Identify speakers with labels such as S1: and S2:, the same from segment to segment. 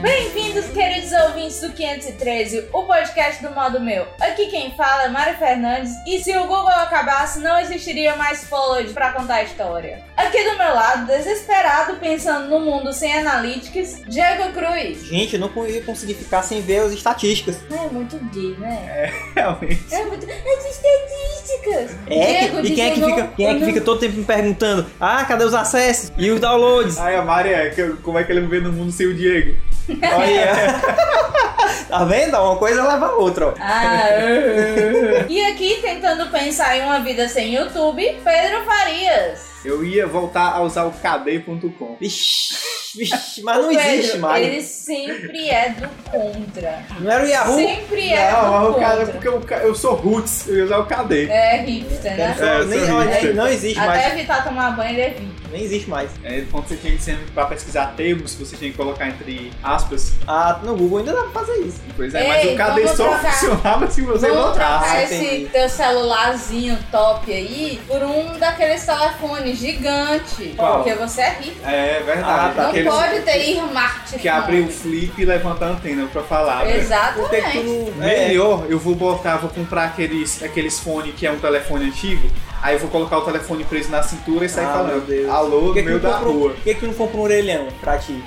S1: Bem-vindos, queridos ouvintes do 513, o podcast do modo meu. Aqui quem fala é Mário Fernandes e se o Google acabasse, não existiria mais Followed pra contar a história. Aqui do meu lado, desesperado pensando no mundo sem analytics, Diego Cruz.
S2: Gente, eu não ia conseguir ficar sem ver as estatísticas.
S1: É muito gay, né?
S3: Realmente.
S1: É muito. As estatísticas!
S2: É,
S1: Diego,
S2: e quem é que
S1: dizendo-
S2: fica, quem é que fica todo tempo me perguntando: "Ah, cadê os acessos e os downloads?"
S3: Ai, a Maria, que- como é que ele vê no mundo sem o Diego?
S2: Olha. Tá vendo? Uma coisa leva a outra, ó.
S1: Ah, é. e aqui tentando pensar em uma vida sem YouTube, Pedro Farias.
S3: Eu ia voltar a usar o KD.com.
S2: Vixi, vixi, mas não
S1: Pedro,
S2: existe mais.
S1: Ele sempre é do contra.
S2: Não era o Yahoo?
S1: Sempre é
S3: Não,
S1: do
S3: mas o cara,
S1: contra.
S3: porque eu, ca- eu sou roots, eu ia usar o KD.
S1: É hipster, né?
S3: É,
S2: Nem-
S3: sorriso.
S2: olha, nem- não existe
S1: Até
S2: mais.
S1: evitar tomar banho, ele é evita.
S2: Nem existe mais.
S3: É, quando você tinha que sempre pra pesquisar termos, você tinha que colocar entre aspas.
S2: Ah, no Google ainda dá pra fazer isso.
S3: Pois é,
S1: Ei,
S3: mas o KD
S1: vamos
S3: só
S1: trocar.
S3: funcionava se você
S1: Vamos
S3: botasse.
S1: trocar
S2: Ah,
S1: esse
S2: entendi.
S1: teu celularzinho top aí por um daqueles telefones gigante.
S3: Qual?
S1: Porque você é rico.
S3: É verdade.
S2: Ah, tá.
S1: Não
S3: aqueles
S1: pode ter smartphone.
S3: que abre o flip e levanta a antena pra falar. né?
S2: Porque que tu
S1: Exatamente.
S2: não- é,
S3: Melhor, eu vou botar, vou comprar aqueles, aqueles fones que é um telefone antigo, aí eu vou colocar o telefone preso na cintura e sair
S2: Ah, meu
S3: falando,
S2: Deus.
S3: alô,
S2: Por que que não
S3: meu da
S2: compra um-
S3: rua.
S2: Por que que não compra um orelhão pra ti?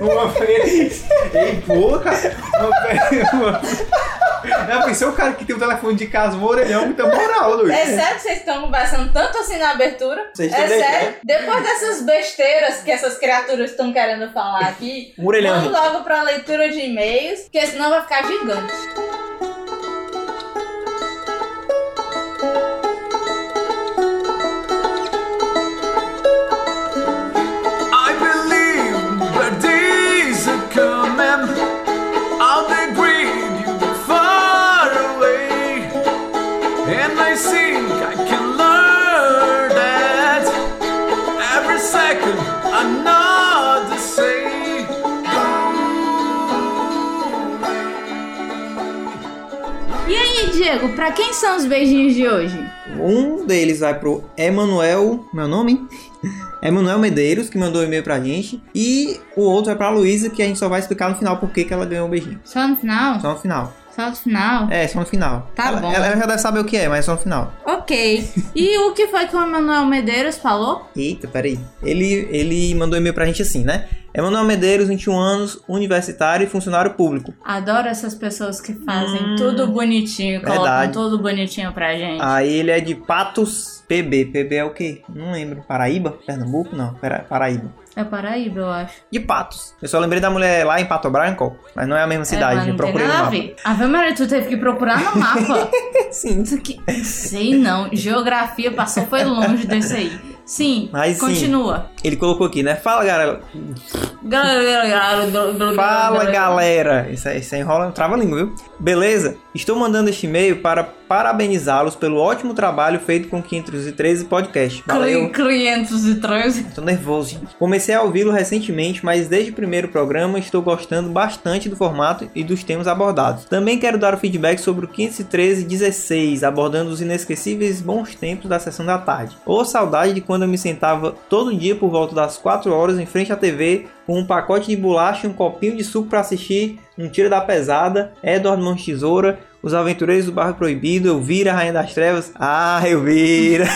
S3: Uma vez, ei, boa, cara. Uma vez, uma vez. Já pensou o cara que tem um telefone de casa, um orelhão, muita moral, Luiz.
S1: É sério que vocês estão conversando tanto assim na abertura?
S2: Vocês né?
S1: é
S2: entenderam,
S1: sério? Depois dessas besteiras que essas criaturas estão querendo falar aqui,
S2: Um orelhão.
S1: vamos logo pra leitura de e-mails, porque senão vai ficar gigante.
S4: I believe that days are coming. I'll degrade you far away. And I think I can learn that every second I'm not the same.
S1: E aí, Diego, pra quem são os beijinhos de hoje?
S2: Um deles vai pro Emanuel, meu nome, hein? Emanuel Medeiros, que mandou um e-mail pra gente. E o outro vai pra Luísa, que a gente só vai explicar no final por que que ela ganhou o beijinho.
S1: Só no final?
S2: Só no final.
S1: Só no final?
S2: É, só no final.
S1: Tá
S2: ela,
S1: bom.
S2: ela já deve saber o que é, mas só no final.
S1: Ok. E o que foi que o Emanuel Medeiros falou?
S2: Eita, peraí. Ele, ele mandou um e-mail pra gente assim, né? Emanuel Medeiros, 21 anos, universitário e funcionário público.
S1: Adoro essas pessoas que fazem
S2: Hum,
S1: tudo bonitinho, colocam
S2: verdade.
S1: tudo bonitinho pra gente.
S2: Aí ele é de Patos, PB. PB é o quê? Não lembro. Paraíba? Pernambuco? Não, Pera- Paraíba.
S1: É Paraíba, eu acho.
S2: De Patos. Eu só lembrei da mulher lá em Pato Branco, mas não é a mesma cidade.
S1: mas
S2: eu procurei
S1: tem
S2: o
S1: nada a
S2: mapa.
S1: ver. Ave Maria, tu teve que procurar no mapa.
S2: Sim.
S1: Isso aqui. Sei não. Geografia passou, foi longe desse aí. Sim,
S2: Mas sim.
S1: continua.
S2: Ele colocou aqui, né? Fala, galera. Fala,
S1: Fala,
S2: galera. Isso aí, isso aí enrola, trava a língua, viu? Beleza? Estou mandando este e-mail para parabenizá-los pelo ótimo trabalho feito com o 513 Podcast. Valeu.
S1: 513.
S2: Tô nervoso, gente. Comecei a ouvi-lo recentemente, mas desde o primeiro programa estou gostando bastante do formato e dos temas abordados. Também quero dar o feedback sobre o 1513 16, abordando os inesquecíveis bons tempos da sessão da tarde. Ou saudade de quando eu me sentava todo dia por volta das 4 horas em frente à TV com um pacote de bolacha e um copinho de suco para assistir Um Tiro da Pesada, Edward Mãos de Tesoura, Os Aventureiros do Barro Proibido, Elvira, Rainha das Trevas. Ah, Elvira!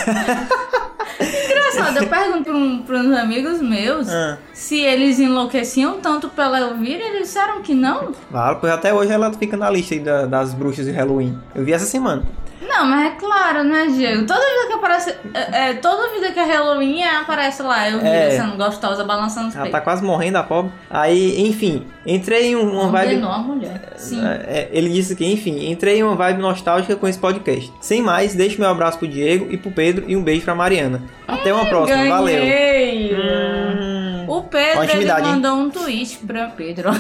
S1: Engraçado, eu pergunto pra, um, pra uns amigos meus
S2: Ah.
S1: se eles enlouqueciam tanto pela Elvira, eles disseram que não.
S2: Claro, pois até hoje ela fica na lista aí da- das bruxas de Halloween. Eu vi essa semana.
S1: Não, mas é claro, né, Diego? Toda vida que aparece. É, é, toda vida que é Halloween aparece lá, Elvira
S2: É.
S1: sendo gostosa, balançando os
S2: Ela
S1: peitos.
S2: tá quase morrendo, a pobre. Aí, enfim, entrei em uma vibe.
S1: Condenou a mulher. Sim.
S2: É, Ele disse que, enfim, entrei em uma vibe nostálgica com esse podcast. Sem mais, deixo meu abraço pro Diego e pro Pedro e um beijo pra Mariana. Até uma próxima, valeu.
S1: Ganhei.
S2: Hum.
S1: O Pedro
S2: Ó,
S1: ele
S2: intimidade, hein?
S1: mandou um tweet pra Pedro.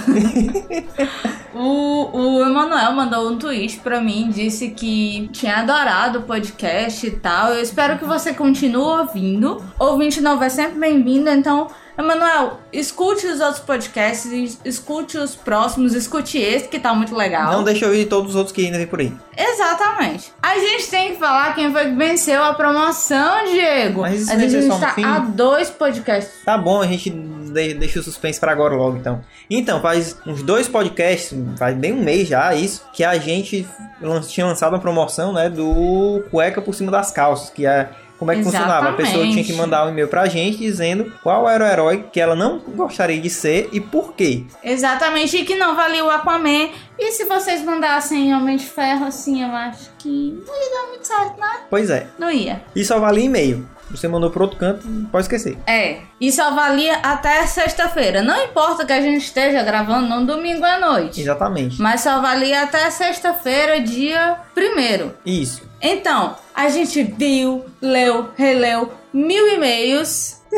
S1: o, o Emanuel mandou um tweet pra mim, disse que tinha adorado o podcast e tal. Eu espero que você continue ouvindo. Ouvinte novo é sempre bem-vindo, então. Emanuel, escute os outros podcasts, es- escute os próximos, escute esse que tá muito legal.
S2: Não deixa eu ir de todos os outros que ainda vem por aí.
S1: Exatamente. A gente tem que falar quem foi que venceu a promoção, Diego.
S2: Mas isso
S1: a
S2: não é
S1: gente
S2: só no
S1: está
S2: fim?
S1: a dois podcasts
S2: Tá bom, a gente de- deixa o suspense pra agora logo, então. Então, faz uns dois podcasts, faz bem um mês já isso, que a gente lan- tinha lançado uma promoção, né, do cueca por cima das calças, que é como é que funcionava? A pessoa tinha que
S1: Exatamente.
S2: mandar um e-mail pra gente dizendo qual era o herói que ela não gostaria de ser e por quê.
S1: Exatamente, e que não valia o Aquaman. E se vocês mandassem Homem de Ferro, assim, eu acho que não ia dar muito certo, não.
S2: Pois é.
S1: Não ia.
S2: E só valia e-mail. Você mandou pro outro canto, pode esquecer.
S1: É, e só valia até sexta-feira. Não importa que a gente esteja gravando num domingo à noite.
S2: Exatamente.
S1: Mas só valia até sexta-feira, dia primeiro.
S2: Isso.
S1: Então, a gente viu, leu, releu mil e-mails.
S2: Tô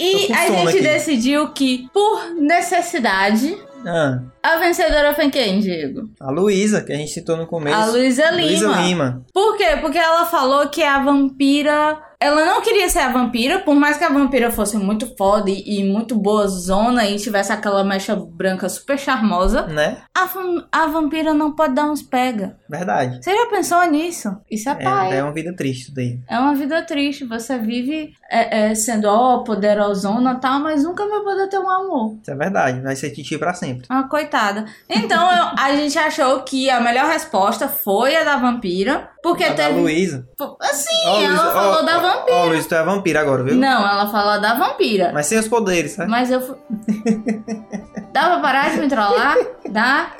S1: e
S2: com
S1: a
S2: sono
S1: gente
S2: aqui.
S1: decidiu que, por necessidade,
S2: Ah,
S1: a vencedora foi quem, Diego?
S2: a Luísa, que a gente citou no começo.
S1: A Luísa Lima.
S2: Luísa Lima.
S1: Por quê? Porque ela falou que a vampira. Ela não queria ser a vampira, por mais que a vampira fosse muito foda e, e muito boa zona e tivesse aquela mecha branca super charmosa,
S2: Né?
S1: a, fam- a vampira não pode dar uns pega.
S2: Verdade.
S1: Você já pensou nisso? Isso é pai.
S2: É, é uma vida triste isso daí.
S1: É uma vida triste, você vive é, é, sendo ó, poderosona e tal, mas nunca vai poder ter um amor.
S2: Isso é verdade. Vai ser titi pra sempre.
S1: Ah, coitada. Então eu- a gente achou que a melhor resposta foi a da vampira, porque
S2: a da
S1: teve.
S2: Luísa.
S1: Assim,
S2: Ó,
S1: ela
S2: Luísa, ó,
S1: falou da
S2: ó,
S1: vampira.
S2: Ó, Luísa, tu é vampira agora, viu?
S1: Não, ela falou da vampira.
S2: Mas sem os poderes, né?
S1: Mas eu fui. Dá pra parar de me trollar? Dá?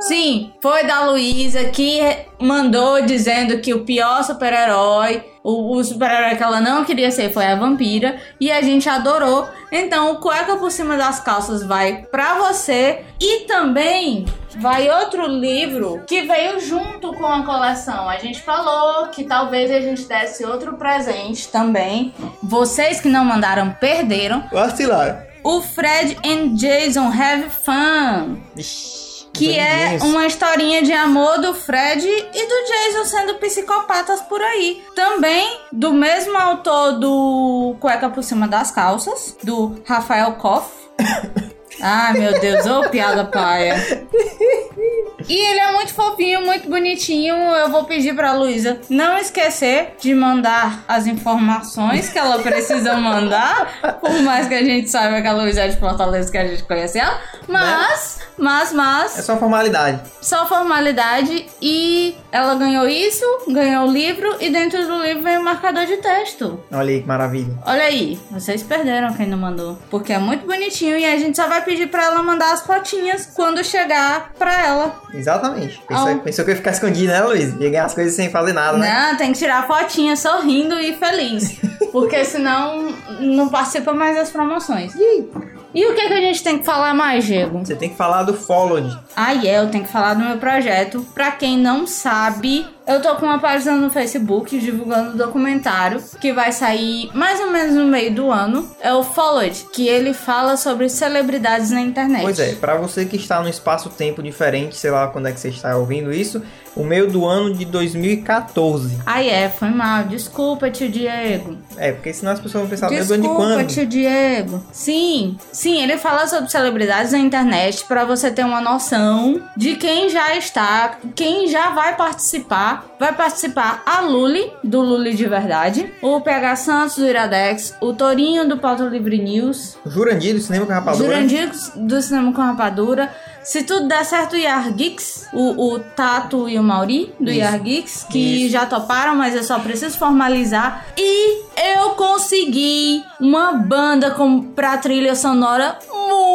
S1: Sim, foi da Luísa que mandou dizendo que o pior super-herói, o, o super-herói que ela não queria ser foi a vampira, e a gente adorou. Então, o cueca por cima das calças vai pra você e também vai outro livro que veio junto com a coleção. A gente falou que talvez a gente desse outro presente também. Vocês que não mandaram perderam.
S2: Vacilaram.
S1: O Fred and Jason Have Fun,
S2: Ixi,
S1: que
S2: dois
S1: é
S2: meninos.
S1: uma historinha de amor do Fred e do Jason sendo psicopatas por aí. Também do mesmo autor do Cueca por Cima das Calças, do Rafael Koff. Ai meu Deus, ô piada paia. E ele é muito fofinho, muito bonitinho. Eu vou pedir pra Luísa não esquecer de mandar as informações que ela precisa mandar. Por mais que a gente saiba que a Luísa é de Fortaleza, que a gente conhece ela. Mas, mas,
S2: É
S1: mas,
S2: só formalidade.
S1: só formalidade. E ela ganhou isso, ganhou o livro. E dentro do livro vem o marcador de texto.
S2: Olha aí que maravilha.
S1: Olha aí, vocês perderam quem não mandou. Porque é muito bonitinho e a gente só vai pedir pra ela mandar as fotinhas quando chegar pra ela.
S2: Exatamente. Pensou,
S1: Ah,
S2: pensou que eu ia ficar escondido, né, Luiz? Ia ganhar as coisas sem fazer nada, né?
S1: Não, tem que tirar fotinha sorrindo e feliz. Porque senão não participa mais das promoções. E o que, que a gente tem que falar mais, Diego?
S2: Você tem que falar do followed.
S1: Ah, e é, eu tenho que falar do meu projeto. Pra quem não sabe, eu tô com uma página no Facebook divulgando o documentário que vai sair mais ou menos no meio do ano. É o Followed, que ele fala sobre celebridades na internet.
S2: Pois é, pra você que está num espaço-tempo diferente, sei lá quando é que você está ouvindo isso, o meio do ano de 2014.
S1: Ai, é, foi mal. Desculpa, tio Diego.
S2: É, porque senão as pessoas vão pensar, meio do ano de
S1: Desculpa,
S2: quando?
S1: tio Diego. Sim, sim, ele fala sobre celebridades na internet pra você ter uma noção de quem já está, quem já vai participar. Vai participar a Luli, do Luli de Verdade, o PH Santos do Iradex, o Torinho do Pauta Livre News,
S2: O Jurandir do Cinema com a Rapadura.
S1: Jurandir do Cinema com Rapadura. Se tudo der certo, o Yar Geeks, o, o Tato e o Mauri do
S2: Isso.
S1: Yar Geeks, que
S2: Isso.
S1: já toparam, mas eu só preciso formalizar. E eu consegui uma banda com, pra trilha sonora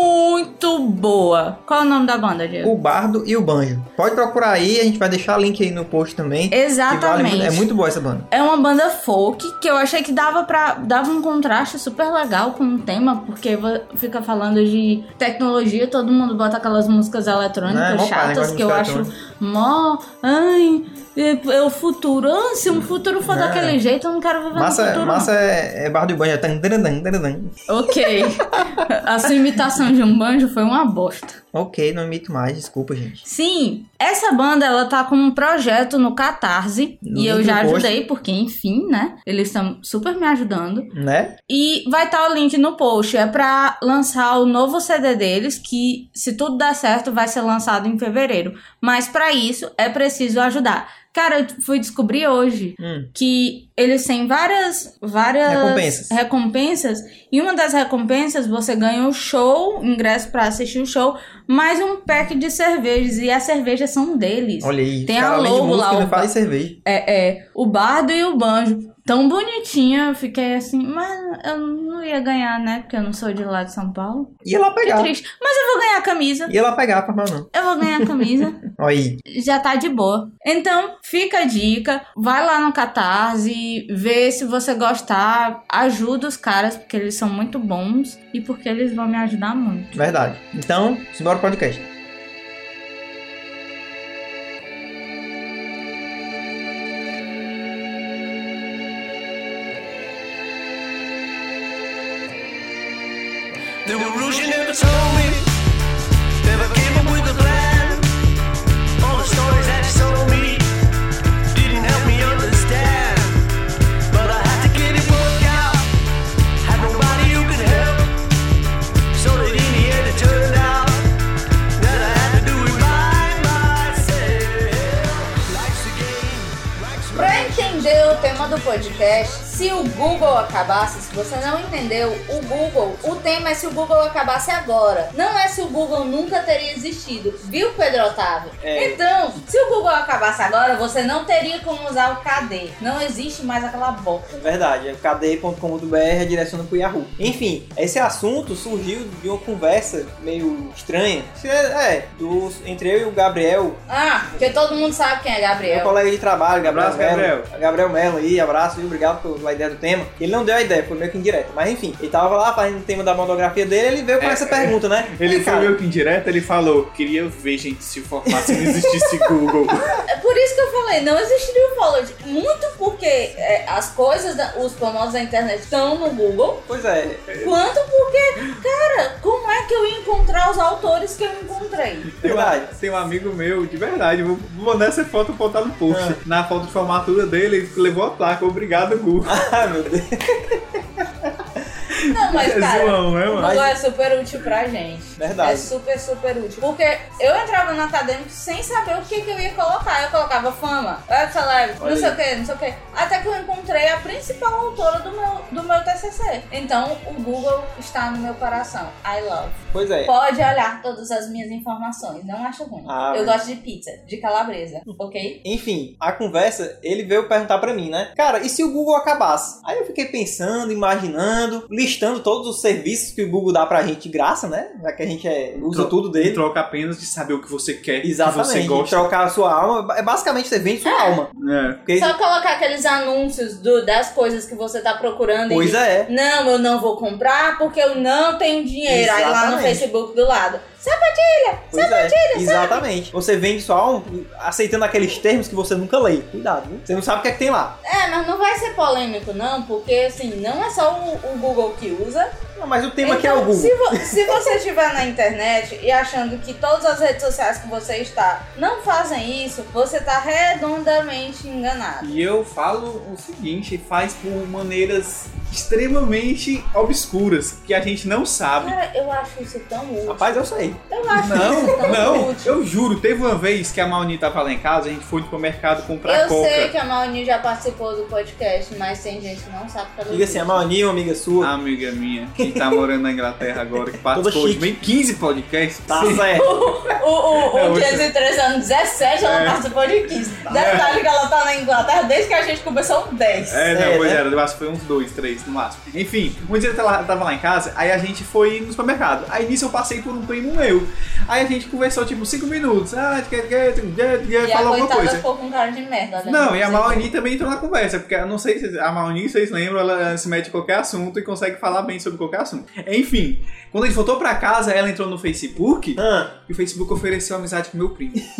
S1: muito boa. Qual é o nome da banda, Diego?
S2: O Bardo e o Banjo. Pode procurar aí, a gente vai deixar link aí no post também. que vale
S1: Exatamente.
S2: muito- é muito boa essa banda.
S1: É uma banda folk que eu achei que dava para dava um contraste super legal com o tema, porque vo- fica falando de tecnologia, todo mundo bota aquelas músicas
S2: Né?
S1: eletrônicas
S2: Mó pai, negócio
S1: chatas
S2: de
S1: que eu
S2: música
S1: acho mó, ai, é, é o futuro, ah, se o futuro for
S2: É.
S1: daquele jeito, eu não quero viver no
S2: Massa,
S1: futuro.
S2: massa é, é Bardo e o Banjo. É tan, tan, tan, tan, tan.
S1: não. OK. A sua imitação de um banjo foi uma bosta.
S2: Ok, não imito mais, desculpa, gente.
S1: Sim, essa banda ela tá com um projeto no Catarse
S2: No
S1: e eu
S2: link
S1: já
S2: do post.
S1: ajudei porque enfim, né? Eles estão super me ajudando.
S2: Né?
S1: E vai estar o link no post. É pra lançar o novo CD deles, que se tudo der certo vai ser lançado em fevereiro. Mas pra isso é preciso ajudar. Cara, eu fui descobrir hoje
S2: Hum.
S1: que eles têm várias, várias
S2: Recompensas.
S1: recompensas, E uma das recompensas você ganha o show, ingresso pra assistir o show, mais um pack de cervejas. E as cervejas são deles.
S2: Olha aí,
S1: Tem
S2: o cara
S1: a
S2: além
S1: logo
S2: de música
S1: lá,
S2: ainda
S1: o-
S2: faz cerveja.
S1: É, é, o bardo e o banjo. Tão bonitinha, eu fiquei assim, mas eu não ia ganhar, né? Porque eu não sou de lá de São Paulo.
S2: Ia lá
S1: Que
S2: pegar.
S1: triste. Mas eu vou ganhar a camisa.
S2: Ia lá pegar pra não.
S1: Eu vou ganhar a camisa.
S2: Olha aí.
S1: já tá de boa. Então, fica a dica, vai lá no Catarse, vê se você gostar, ajuda os caras, porque eles são muito bons e porque eles vão me ajudar muito.
S2: Verdade. Então, simbora pro podcast.
S4: The rules you never told me. Never came up with a plan. All the stories that you told me didn't help me understand. But I had to get it worked out. Had nobody who could help. So that in the end it turned out that I had to do it by myself. Life's a game. Life's a
S1: Pra entender o tema do podcast, se o Google acabasse, se você não entendeu o Google, o tema é se o Google acabasse agora. Não é se o Google nunca teria existido, viu, Pedro Otávio? Então, se o Google acabasse agora, você não teria como usar o KD. Não existe mais aquela boca.
S2: Verdade, é kd.com.br direciona pro Yahoo. Enfim, esse assunto surgiu de uma conversa meio estranha. Se É, é, do, entre eu e o Gabriel,
S1: Ah, porque todo mundo sabe quem é
S2: meu
S1: Gabriel.
S2: colega de trabalho, Gabriel
S3: Abraço,
S2: Melo. Gabriel Melo aí, abraço, viu? Obrigado pela ideia do tema. Ele não deu a ideia, foi meio que indireta. Mas enfim, ele tava lá fazendo o tema da monografia dele ele veio com
S3: É,
S2: essa
S3: é.
S2: pergunta, né?
S3: Ele
S2: Ei,
S3: foi
S2: cara,
S3: meio que indireto, ele falou: queria ver gente se formar se não existisse Google.
S1: É por isso que eu falei, não existiria o Followed. Muito porque é, as coisas, da- os famosos da internet estão no Google.
S2: Pois é,
S1: Quanto porque, cara, como é que eu ia encontrar os autores que eu encontrei?
S3: Tem um-
S2: Verdade.
S3: Tem um amigo meu, de verdade, vou vou mandar essa foto e botar no post. Na foto de formatura dele, ele levou a placa, obrigado, Google.
S2: ah, meu Deus.
S1: Não, mas, cara,
S3: Zoão, né,
S1: o
S3: mano?
S1: Google é super útil pra gente.
S2: Verdade.
S1: É super, super útil. Porque eu entrava no acadêmico sem saber o que, que eu ia colocar. Eu colocava fama, web celeb,
S2: Olha
S1: não sei o que, não sei o que. Até que eu encontrei a principal autora do meu, do meu TCC. Então, o Google está no meu coração. I love.
S2: Pois é.
S1: Pode olhar todas as minhas informações. Não acho ruim.
S2: Ah,
S1: eu
S2: mas-
S1: gosto de pizza, de calabresa, ok?
S2: Enfim, a conversa, ele veio perguntar pra mim, né? Cara, e se o Google acabasse? Aí eu fiquei pensando, imaginando, listando todos os serviços que o Google dá pra gente de graça, né? Já que a gente é, usa
S3: Tro-
S2: tudo
S3: Ele
S2: dele.
S3: troca apenas de saber o que você quer, o Então, que você
S2: Exatamente.
S3: gosta.
S2: Trocar a sua alma. É basicamente você vende sua alma.
S3: É.
S2: Porque-
S1: Só colocar aqueles anúncios do- das coisas que você tá procurando e
S2: Pois é.
S1: Não, eu não vou comprar porque eu não tenho dinheiro. Aí lá no
S2: Exatamente.
S1: Facebook do lado.
S2: Pois é. Exatamente. Você vende sua alma aceitando aqueles termos que você nunca lê. Cuidado, viu? Você não sabe o que é que tem lá.
S1: É, mas não vai ser polêmico, não, porque assim, não é só o, o Google que usa.
S2: Não, mas o tema aqui é
S1: Então,
S2: o Google.
S1: Se, vo- se você estiver na internet e achando que todas as redes sociais que você está não fazem isso, você tá redondamente enganado.
S3: E eu falo o seguinte, faz por maneiras extremamente obscuras, que a gente não sabe.
S1: Cara, eu acho isso tão útil.
S2: Rapaz, eu sei.
S1: Eu acho isso
S3: Não,
S1: tão
S3: não,
S1: útil.
S3: eu juro, teve uma vez que a Mauni tava lá em casa, a gente foi no supermercado comprar
S1: eu
S3: coca.
S1: sei que a Maoni já participou do podcast, mas tem gente que não sabe pelo
S2: Diga assim, a Maoni, uma amiga sua.
S3: A amiga minha, que tá morando na Inglaterra agora, que participou
S2: chique.
S3: de bem 15 podcasts.
S2: Tá certo.
S1: O, o,
S3: É,
S1: o
S3: hoje-
S1: 203 anos 17, ela
S3: É.
S1: participou de 15. Detalhe que ela tá na Inglaterra desde que a gente começou um o 10.
S3: É,
S2: É,
S3: não, pois
S2: né?
S3: era, eu acho que foi uns dois, três no máximo. Enfim, um dia eu tava tava lá em casa, aí a gente foi no supermercado. Aí nisso eu passei por um primo meu. Aí a gente conversou tipo cinco minutos. Ah, get, get, get,
S1: E a
S3: get, falou alguma
S1: coitada
S3: coisa.
S1: ficou com cara de merda, né?
S3: Não, e a
S1: Você-
S3: Maoni também entrou na conversa, porque eu não sei se a Maoni, vocês lembram, ela se mete em qualquer assunto e consegue falar bem sobre qualquer assunto. Enfim, quando a gente voltou pra casa, ela entrou no Facebook
S2: Ah,
S3: e o Facebook ofereceu amizade pro meu primo.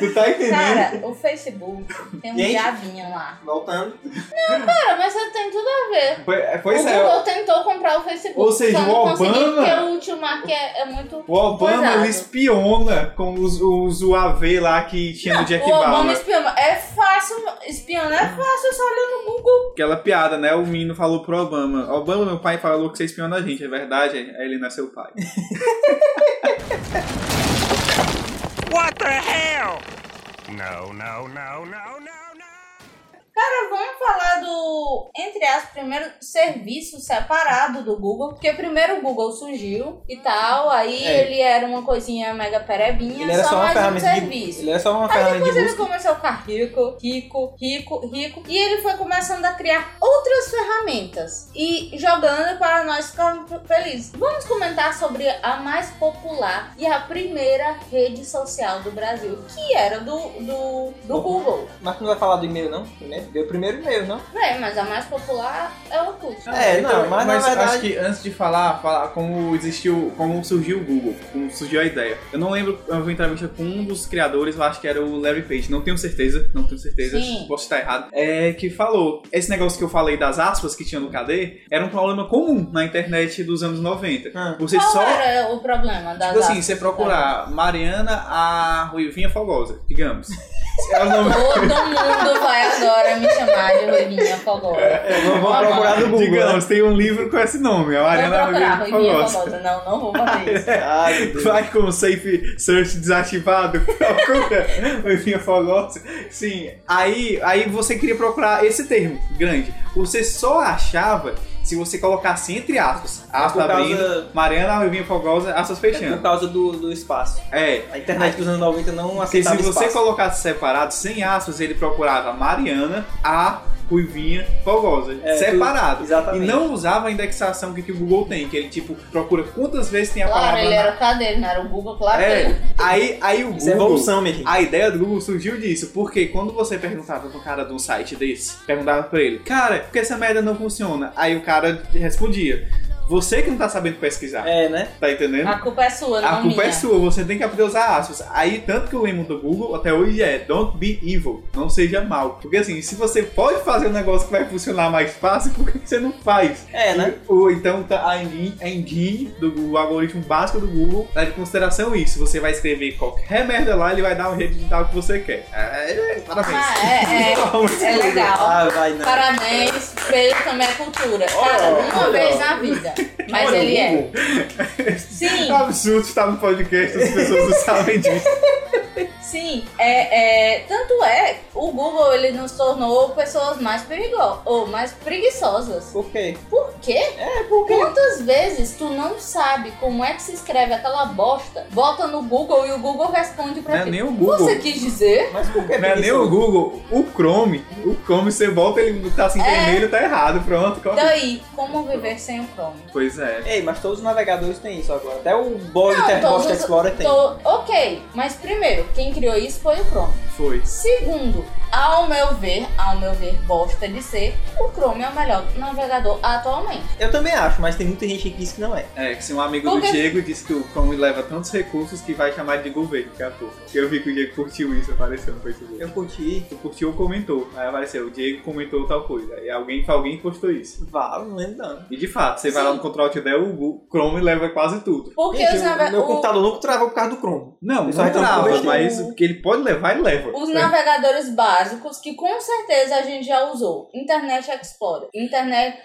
S3: tu tá entendendo?
S1: Cara, o Facebook tem um
S2: Gente.
S1: diabinho lá.
S2: voltando.
S1: Cara, mas você tem tudo a ver.
S3: Foi- Pois
S1: o
S3: é,
S1: Google tentou comprar o Facebook.
S3: Ou seja,
S1: só não
S3: o
S1: conseguiu,
S3: Obama-
S1: porque o último aqui é, é muito.
S3: O Obama
S1: Coisado.
S3: ele espiona com os, os UAV lá que tinha no Jack
S1: O Obama
S3: Bauer.
S1: espiona. É fácil, espionar é fácil, só olha no Google.
S3: Aquela piada, né? O menino falou pro Obama: Obama, meu pai falou que você espiona a gente, é verdade? Aí ele não é seu pai.
S4: What the hell? No, no, no, no, no, no.
S1: Cara, vamos falar do, entre as primeiro serviço separado do Google, porque primeiro o Google surgiu e tal, aí
S2: É.
S1: ele era uma coisinha mega perebinha,
S2: Ele era só uma
S1: mais um
S2: ferramenta de...
S1: serviço.
S2: Ele era só uma
S1: Aí
S2: ferramenta
S1: depois
S2: de
S1: ele
S2: busca.
S1: começou a ficar rico, rico, rico, rico. E ele foi começando a criar outras ferramentas e jogando para nós ficarmos felizes. Vamos comentar sobre a mais popular e a primeira rede social do Brasil, que era do, do, do
S2: Bom.
S1: Google.
S2: Mas tu não vai falar do e-mail, não? Primeiro? Deu o primeiro e-mail, não?
S1: Véi, É, mas a mais popular é o Orkut.
S3: Tá
S2: É, não, mas na verdade-
S3: então, acho que antes de falar, falar como existiu, como surgiu o Google, como surgiu a ideia. Eu não lembro, eu vi uma entrevista com um dos criadores, eu acho que era o Larry Page, não tenho certeza, não tenho certeza,
S1: Sim.
S3: posso estar errado. É que falou, esse negócio que eu falei das aspas que tinha no KD era um problema comum na internet dos anos 90.
S2: Ah.
S3: Você
S1: Qual
S3: só
S1: era o problema das
S3: Tipo assim,
S1: aspas?
S3: você procurar Mariana a Ruivinha Fogosa, digamos. É Ela não...
S1: Todo mundo vai agora me chamar de Ruivinha
S3: É,
S1: Fogosa.
S2: É, Vamos vamos procurar no Google. né?
S3: Digamos, tem um livro com esse nome, a
S1: Vou
S3: Mariana
S1: procurar
S3: Ruivinha
S1: Ruivinha
S3: Fogosa.
S1: Fogosa. Não, não vou fazer isso.
S2: né? Ai, meu Deus.
S3: Vai com o safe search desativado, procura Ruivinha Fogosa. Sim, aí, aí você queria procurar esse termo grande. Você só achava se você colocasse entre aspas, aspas
S2: por causa-
S3: abrindo, Mariana Ruivinha Fogosa, aspas
S2: É por
S3: fechando.
S2: causa do, do espaço.
S3: É,
S2: A internet dos anos 90 não
S3: Porque se
S2: aceitava
S3: você
S2: espaço.
S3: colocasse separado, sem aspas, ele procurava Mariana, a Ruivinha, Fogosa.
S2: É,
S3: separado.
S2: tudo- exatamente.
S3: E não usava a indexação que, que o Google tem, que ele, tipo, procura quantas vezes tem é a
S1: Claro,
S3: palavra.
S1: ele
S3: na-
S1: era o cadeiro, não era o Google, claro que
S3: É,
S1: ele-
S3: aí, aí o
S2: Isso é
S3: Google...
S2: evolução, minha gente.
S3: a ideia do Google surgiu disso, porque quando você perguntava pro cara de um site desse, perguntava pra ele, cara, por que essa merda não funciona? Aí o cara respondia, você que não tá sabendo pesquisar,
S2: É, né?
S3: tá entendendo?
S1: A culpa é sua, não
S3: A culpa
S1: minha.
S3: é sua, você tem que aprender a usar aspas. Aí, tanto que o lema do Google até hoje é Don't be evil, não seja mal. Porque assim, se você pode fazer um negócio que vai funcionar mais fácil, por que você não faz?
S2: É, né?
S3: Ou então tá, a engine, a engine do Google, o algoritmo básico do Google, leva em consideração isso. Você vai escrever qualquer merda lá, ele vai dar um jeito de dar o que você quer. É, é, parabéns.
S1: Ah, é, é. É legal.
S2: Ah, vai, não.
S1: Parabéns, beijo também à cultura. Cara,
S2: Oh,
S1: uma
S2: oh.
S1: vez na vida. Mas
S2: Olha,
S1: ele é.
S2: Google.
S1: Sim,
S3: É um absurdo estar no podcast, as pessoas não sabem disso.
S1: sim. É, é, tanto é, o Google ele nos tornou pessoas mais perigosas, ou mais preguiçosas.
S2: Por quê?
S1: Por quê?
S2: É, porque...
S1: Quantas vezes tu não sabe como é que se escreve aquela bosta, bota no Google e o Google responde
S3: Não
S1: pra
S3: é
S1: ti.
S3: nem o Google.
S1: Você quis dizer?
S2: Mas por que?
S3: Não é nem o Google, o Chrome. O Chrome, você volta, ele tá assim,
S1: É.
S3: vermelho, tá errado, pronto. corre.
S1: Daí, como viver sem o Chrome?
S3: Pois é.
S2: Ei, mas todos os navegadores têm isso agora. Até o Bot
S1: Não, todos-
S2: Internet Explorer tem.
S1: Tô- ok, mas primeiro, quem criou isso foi o Chrome.
S3: Foi.
S1: Segundo, ao meu ver, ao meu ver, bosta de ser, o Chrome é o melhor navegador atualmente.
S2: Eu também acho, mas tem muita gente que diz que não é.
S3: É, que se um amigo
S1: Por
S3: do
S1: quê?
S3: Diego disse que o Chrome leva tantos recursos que vai chamar de governo daqui a pouco. Eu vi que o Diego curtiu isso, apareceu no Facebook.
S2: Eu curti.
S3: Tu curtiu ou comentou? Aí apareceu, o Diego comentou tal coisa. E alguém, alguém postou isso.
S2: Vá, não lembro não.
S3: E de fato, você vai
S1: Sim.
S3: lá no Control Alt Del, o Google- Chrome leva quase tudo.
S1: Porque
S2: Gente,
S1: os,
S2: o
S1: nave-
S2: meu
S1: o-
S2: computador nunca travou por causa do Chrome.
S3: Não,
S2: Isso aí
S3: não
S2: tá
S3: trava,
S2: muito
S3: mas
S2: bem.
S3: o que ele pode levar, ele leva.
S1: os
S3: É.
S1: navegadores básicos que com certeza a gente já usou. Internet Explorer, Internet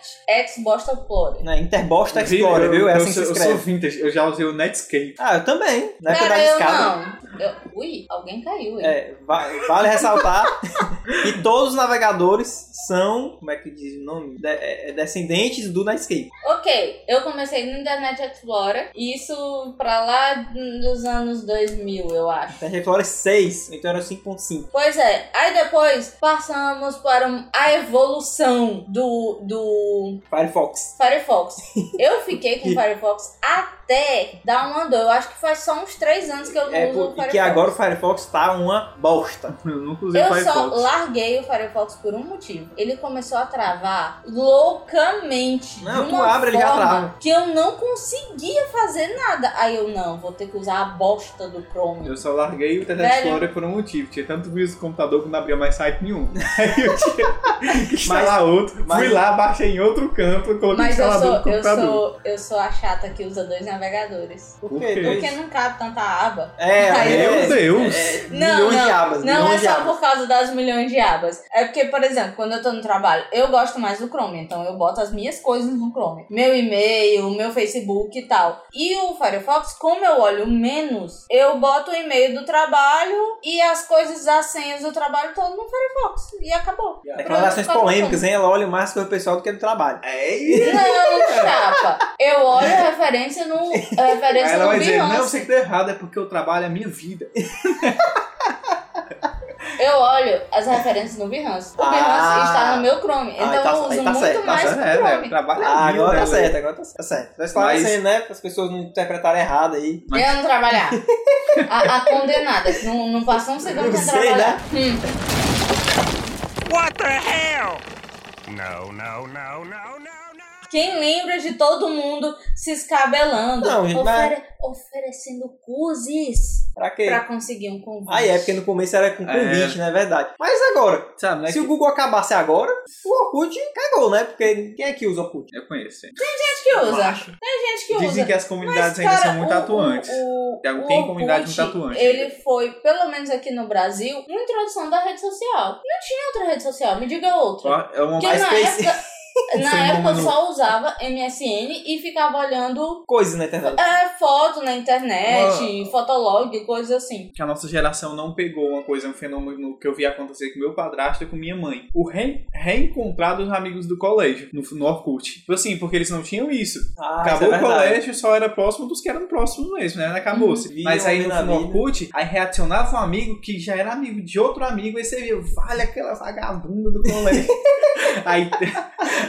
S1: Xbox Explorer.
S2: Né? Interbosta
S3: Inclusive,
S2: Explorer,
S3: eu-
S2: viu? É
S3: eu
S2: assim que se
S3: sou- Eu sou
S2: escreve.
S3: vintage, eu já usei o Netscape.
S2: Ah, eu também. Na época da
S1: Cara, eu
S2: discada.
S1: não. Eu- ui, alguém caiu, hein?
S2: É, va- vale ressaltar que todos os navegadores são, como é que diz o nome? De- é- é descendentes do Netscape.
S1: Ok, eu comecei no Internet Explorer, isso pra lá dos anos 2000, eu acho.
S2: Internet Explorer 6, então era 5.5.
S1: Pois é, aí depois passamos para um- a evolução do, do
S2: Firefox.
S1: Firefox. Eu fiquei com o Firefox até dar uma dor. Eu acho que faz só uns três anos que eu
S2: É
S1: uso o
S2: porque
S1: Firefox.
S2: que agora o Firefox tá uma bosta.
S3: Eu nunca usei o
S1: Eu só
S3: Firefox.
S1: larguei o Firefox por um motivo. Ele começou a travar loucamente.
S2: Não,
S1: de
S2: tu
S1: uma
S2: abre, ele já
S1: forma
S2: trava.
S1: Que eu não conseguia fazer nada. Aí eu não, vou ter que usar a bosta do Chrome.
S3: Eu só larguei o Internet
S1: Velho.
S3: Explorer por um motivo. Tinha tanto vírus no computador que não abria mais site nenhum. Aí eu tinha que instalar outro.
S2: mas-
S3: Fui lá, baixei em outro canto, coloquei o
S1: Mas eu
S3: instalador
S1: sou,
S3: no
S1: eu
S3: computador.
S1: sou, eu sou a chata que usa dois navegadores.
S2: Por
S3: quê?
S2: quê?
S3: Dois?
S1: Porque não cabe tanta aba.
S2: É,
S1: Aí
S2: é,
S1: eu- um
S2: é,
S3: Meu Deus!
S2: é,
S1: Não,
S2: milhões
S1: não,
S2: de abas.
S1: não é
S2: milhões de
S1: só
S2: abas.
S1: por causa das milhões de abas. É porque, por exemplo, quando eu tô no trabalho, eu gosto mais do Chrome, então eu boto as minhas coisas no Chrome. Meu e-mail, meu Facebook e tal. E o Firefox, como eu olho menos, eu boto o e-mail do trabalho e as coisas, as senhas do trabalho todo no Firefox. E acabou.
S2: Declarações
S1: Pronto, acabou.
S2: polêmicas, hein? Ela olha mais coisa pessoal do que do trabalho.
S3: É isso.
S1: Não, chapa. Eu olho a referência no, a
S3: Aí
S1: referência
S3: ela
S1: no
S3: vai dizer,
S1: Behance.
S3: não, você que tá errado, é porque eu trabalho a minha vida.
S1: Eu olho as referências no Behance. O
S2: Ah.
S1: Behance está no meu Chrome. Então
S2: aí tá-
S1: eu
S2: aí
S1: uso
S2: tá
S1: muito
S2: certo, tá
S1: mais
S3: Mas
S1: o
S3: é, né?
S1: Chrome.
S3: Eu trabalho a
S2: Ah,
S3: minha
S2: agora tá
S3: vida,
S2: certo, agora tá certo. Tá certo. Tá esclarecendo, né? Para as pessoas não interpretarem errado aí.
S1: Eu ia não trabalhar. A, a condenada, que não, não passou um segundo
S2: Não
S1: sem
S2: sei,
S1: trabalhar.
S2: né?
S1: Hum.
S4: What the hell? No, no, no, no, no, no.
S1: Quem lembra de todo mundo se escabelando,
S2: Não, gente,
S1: ofere- oferecendo cuzes
S2: Pra quê?
S1: pra conseguir um convite.
S3: Ah,
S2: Aí é, porque no começo era com
S3: É.
S2: convite, né? é verdade. Mas agora,
S3: Sabe, né?
S2: se o
S3: que-
S2: Google acabasse agora, o Orkut cagou, né? Porque quem é que usa Orkut?
S3: Eu conheço. hein?
S1: Tem gente que usa.
S3: acho.
S1: Tem gente que usa.
S3: Dizem que as
S1: Mas,
S3: comunidades ainda
S1: cara,
S3: são muito
S1: o-
S3: atuantes.
S1: o- o-
S3: Thiago,
S1: o
S3: tem comunidade muito
S1: Orkut,
S3: atuante.
S1: Ele foi, pelo menos aqui no Brasil, uma introdução da rede social. Não tinha outra rede social, me diga outra.
S3: É uma
S1: Porque
S2: mais
S1: na
S2: específica.
S1: época, na época eu
S3: Fenômeno.
S1: só usava MSN e ficava olhando
S2: Coisa na internet.
S1: é, foto na internet, fotolog, coisas assim.
S3: que a nossa geração não pegou uma coisa, um fenômeno que eu vi acontecer com meu padrasto e com minha mãe. O re reencontrar dos amigos do colégio no, no Orkut. Tipo assim, porque eles não tinham isso.
S2: Ah,
S3: Acabou
S2: isso é
S3: o
S2: verdade.
S3: colégio, só era próximo dos que eram próximos mesmo, né? Acabou-se.
S2: Uhum.
S3: Mas aí
S2: Viam
S3: no,
S2: na
S3: no
S2: vida.
S3: Orkut, aí reacionava um amigo que já era amigo de outro amigo, aí você viu, vale aquela vagabunda do colégio. aí,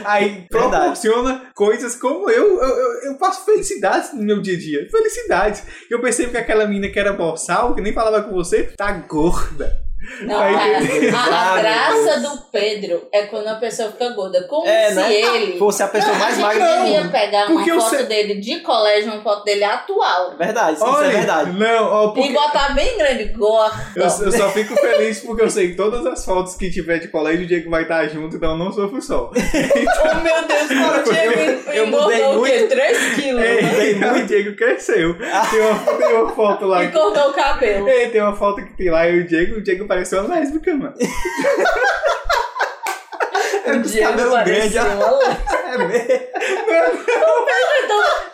S3: aí proporciona coisas como eu, eu, eu, eu faço felicidades no meu dia a dia. Felicidades. Eu percebo que aquela menina que era borsal, que nem falava com você, tá gorda.
S1: Não,
S3: Aí
S1: cara,
S2: tem-
S1: a, a
S2: Ah,
S1: graça do Pedro é quando a pessoa fica gorda. Como
S2: É,
S1: se
S2: né?
S1: ele.
S2: Fosse a pessoa
S1: Não, a
S2: mais
S1: gente
S2: magra do
S1: devia
S2: mundo.
S1: pegar uma
S3: Porque eu
S1: foto
S3: sei-
S1: dele de colégio, uma foto dele atual.
S2: Verdade, isso, isso é verdade.
S3: Não, ó,
S1: E
S3: porque...
S1: botar bem grande,
S3: Eu,
S1: gorda.
S3: eu só fico feliz porque eu sei que todas as fotos que tiver de colégio, o Diego vai estar junto, então eu não sofro só.
S1: Oh, meu Deus, cara, o Diego
S2: eu mudei
S1: engordou o quê?
S2: muito.
S1: 3 quilos. né?
S3: Ei, o Diego cresceu. Tem uma, tem uma foto lá.
S1: E cortou o cabelo.
S3: Ei, tem uma foto que tem lá eu e o Diego. O Diego pareceu uma lésbica, mano. É
S1: O Diego
S2: cabelo grande,
S1: parecia uma lã.
S2: É mesmo.
S1: Então, Pedro,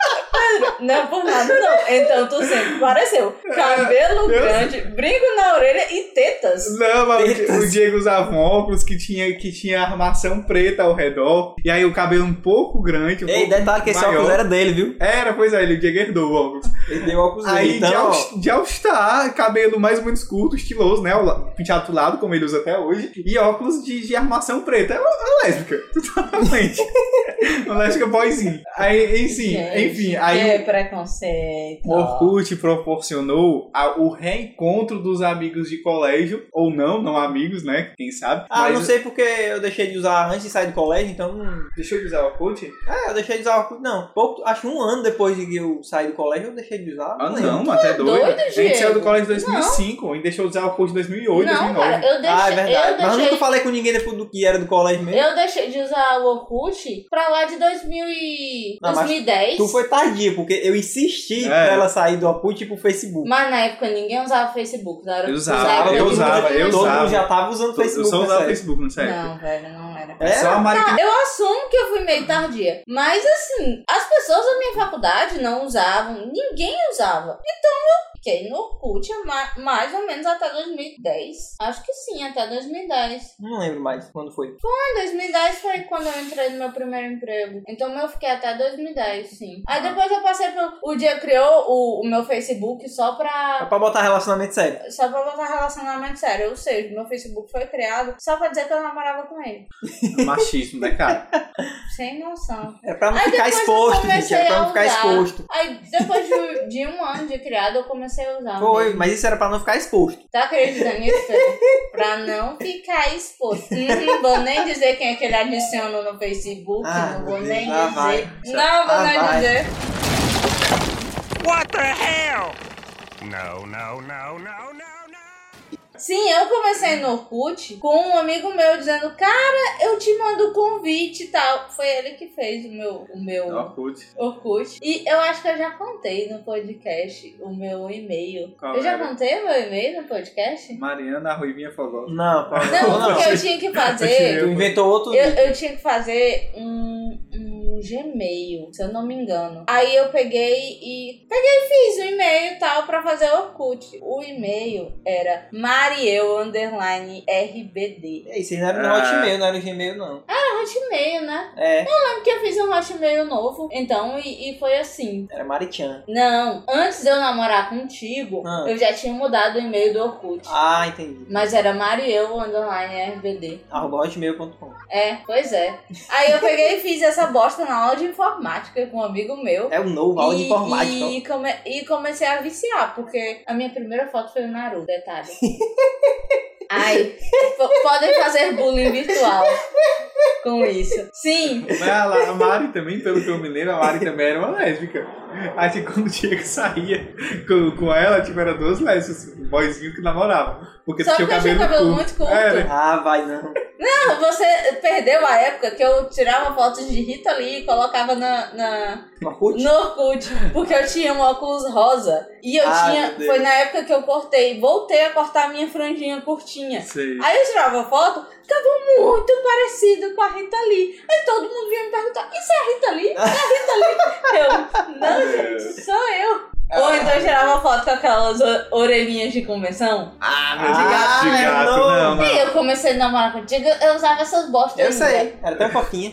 S1: não é por nada não. Então tu sempre pareceu.
S2: É,
S1: Cabelo
S3: eu-
S1: grande, brinco na orelha e tetas.
S3: Não, mas o Di- o Diego usava um óculos que tinha, que tinha armação preta ao redor. E aí o cabelo um pouco grande. Um
S2: Ei,
S3: pouco
S2: detalhe que esse
S3: maior.
S2: óculos era dele, viu?
S3: Era, pois é, ele- o Diego herdou o óculos.
S2: Ele deu óculos dele.
S3: Aí de
S2: Então, ó,
S3: All- de All-Star, cabelo mais ou menos curto, estiloso, né? O la- Penteado do lado, como ele usa até hoje. E óculos de, de armação preta. É uma, uma lésbica, totalmente. uma lésbica boyzinha. Aí, enfim, enfim.
S1: É
S3: Aí o-
S1: preconceito.
S3: o Orkut proporcionou a- o reencontro dos amigos de colégio, ou não, não amigos, né? Quem sabe.
S2: ah,
S3: Mas-
S2: não sei porque eu deixei de usar antes de sair do colégio, então. hum,
S3: Deixa eu usar o Orkut?
S2: É, eu deixei de usar Orkut. Não, pouco, acho que um ano depois de que eu saí do colégio, eu deixei de usar.
S3: Ah,
S2: lembro.
S3: não, até
S1: doido,
S3: doido. a gente
S1: Diego?
S3: saiu do colégio em 2005 e deixou de usar o Orkut em 2008,
S1: Não,
S3: 2009.
S1: cara, eu
S2: Ah, é
S1: deixei, eu
S2: verdade. Mas eu nunca
S1: deixei
S2: falei com ninguém depois do que era do colégio mesmo.
S1: Eu deixei de usar o Orkut pra lá de 2000 e...
S2: Não, mas
S1: 2010.
S2: Tu foi tardia, porque eu insisti
S3: É.
S2: pra ela sair do Orkut e ir pro Facebook.
S1: Mas na época ninguém usava Facebook. Na hora
S3: Eu
S1: que
S3: usava,
S1: usava,
S3: eu
S1: era
S3: usava,
S1: muito
S3: eu
S2: Todo
S1: ruim.
S3: usava.
S2: mundo já tava usando
S3: eu
S2: Facebook.
S3: só usava
S2: nessa época.
S3: Facebook nessa época.
S1: Não, velho, não era.
S2: É?
S3: Só a Mari que
S1: Ah, eu assumo que eu fui meio tardia. Mas assim, as pessoas da minha faculdade não usavam, ninguém usava. Então eu fiquei no Orkut ma- mais ou menos até 2010. Acho que sim, até 2010.
S2: Não lembro mais quando foi.
S1: Ah, 2010 foi quando eu entrei no meu primeiro emprego. Então eu fiquei até 2010, sim. Aí
S2: Ah.
S1: depois eu passei pelo. O dia criou o, o meu Facebook só pra
S2: É pra botar relacionamento sério.
S1: Só pra botar relacionamento sério. Ou seja, meu Facebook foi criado só pra dizer que eu namorava com ele.
S3: Machismo, né, cara?
S1: Sem noção.
S2: É pra não
S1: Aí
S2: ficar
S1: depois eu
S2: exposto,
S1: comecei
S2: gente. É pra
S1: a
S2: não ficar
S1: usar.
S2: exposto.
S1: Aí, depois de, de um ano de criado, eu comecei a usar.
S2: Foi,
S1: mesmo.
S2: mas isso era pra não ficar exposto.
S1: Tá acreditando nisso? Pedro? pra não ficar exposto. Não vou nem dizer quem é que ele adiciona no Facebook.
S2: Ah,
S1: não
S2: meu
S1: vou
S2: Deus,
S1: nem
S2: lá
S1: dizer.
S2: vai.
S1: Não vou
S2: Lá
S1: nem
S2: vai.
S1: dizer.
S4: What the hell? No, no, no, no, no, no.
S1: Sim, eu comecei no Orkut com um amigo meu dizendo, cara, eu te mando convite e tal. Foi ele que fez o meu, o meu
S3: Orkut.
S1: Orkut. E eu acho que eu já contei no podcast o meu e-mail.
S3: Qual
S1: eu já
S3: era?
S1: contei o meu e-mail no podcast?
S3: Mariana a Ruivinha Fogosa.
S2: Não, Paulo,
S1: Não,
S2: não.
S1: porque eu tinha que fazer.
S2: Tu inventou outro.
S1: Eu, eu tinha que fazer um, um Gmail, se eu não me engano. Aí eu peguei e peguei e fiz um e-mail e tal pra fazer o Orkut. O e-mail era marieu underline rbd.
S2: Ei, vocês não eram no
S3: Ah.
S2: Hotmail, não era no Gmail, não.
S1: Era É um Hotmail, né?
S2: É,
S1: Lembro que eu fiz um Hotmail novo, então, e, e foi assim.
S2: era Marichan.
S1: Não, antes de eu namorar contigo,
S2: Ah.
S1: eu já tinha mudado o e-mail do Orkut.
S2: Ah, entendi.
S1: Mas era marieu underline rbd.
S2: Arroba hotmail.com.
S1: É, pois é. Aí eu peguei e fiz essa bosta na aula de informática com um amigo meu.
S2: É o novo, aula de
S1: E-
S2: informática.
S1: E, come- e comecei a viciar, porque a minha primeira foto foi o Naruto, detalhe. Ai, p- podem fazer bullying virtual com isso. Sim,
S3: Mas a, La- a Mari também, pelo que eu me lembro, a Mari também era uma lésbica. Aí tipo, quando o Diego saía com, com ela, tipo, era duas lésbicas, um boyzinho que namorava. Porque
S1: só
S3: tinha o
S1: porque eu tinha
S3: cabelo,
S1: o cabelo
S3: curto.
S1: muito curto.
S3: É, né?
S2: Ah, vai não.
S1: Não, você perdeu a época que eu tirava fotos de Rita Lee e colocava na- na,
S2: No Orkut?
S1: No Orkut, porque eu tinha um óculos rosa. E eu
S2: Ah, meu
S1: tinha.
S2: Deus.
S1: Foi na época que eu cortei. Voltei a cortar a minha franjinha curtinha.
S3: Sei.
S1: Aí eu tirava foto, ficava muito parecido com a Rita Lee. Aí todo mundo vinha me perguntar: Isso é a Rita Lee? É a Rita Lee? Eu, não,
S3: Ah,
S1: gente, sou eu. Ou então eu tirava foto com aquelas o- orelhinhas de convenção.
S3: Ah,
S2: mas de gato,
S3: de
S2: né?
S3: gato,
S2: Não.
S3: não, não.
S1: E eu comecei a namorar contigo, eu usava essas bostas.
S2: Eu
S1: ainda.
S2: sei, era tão fofinha.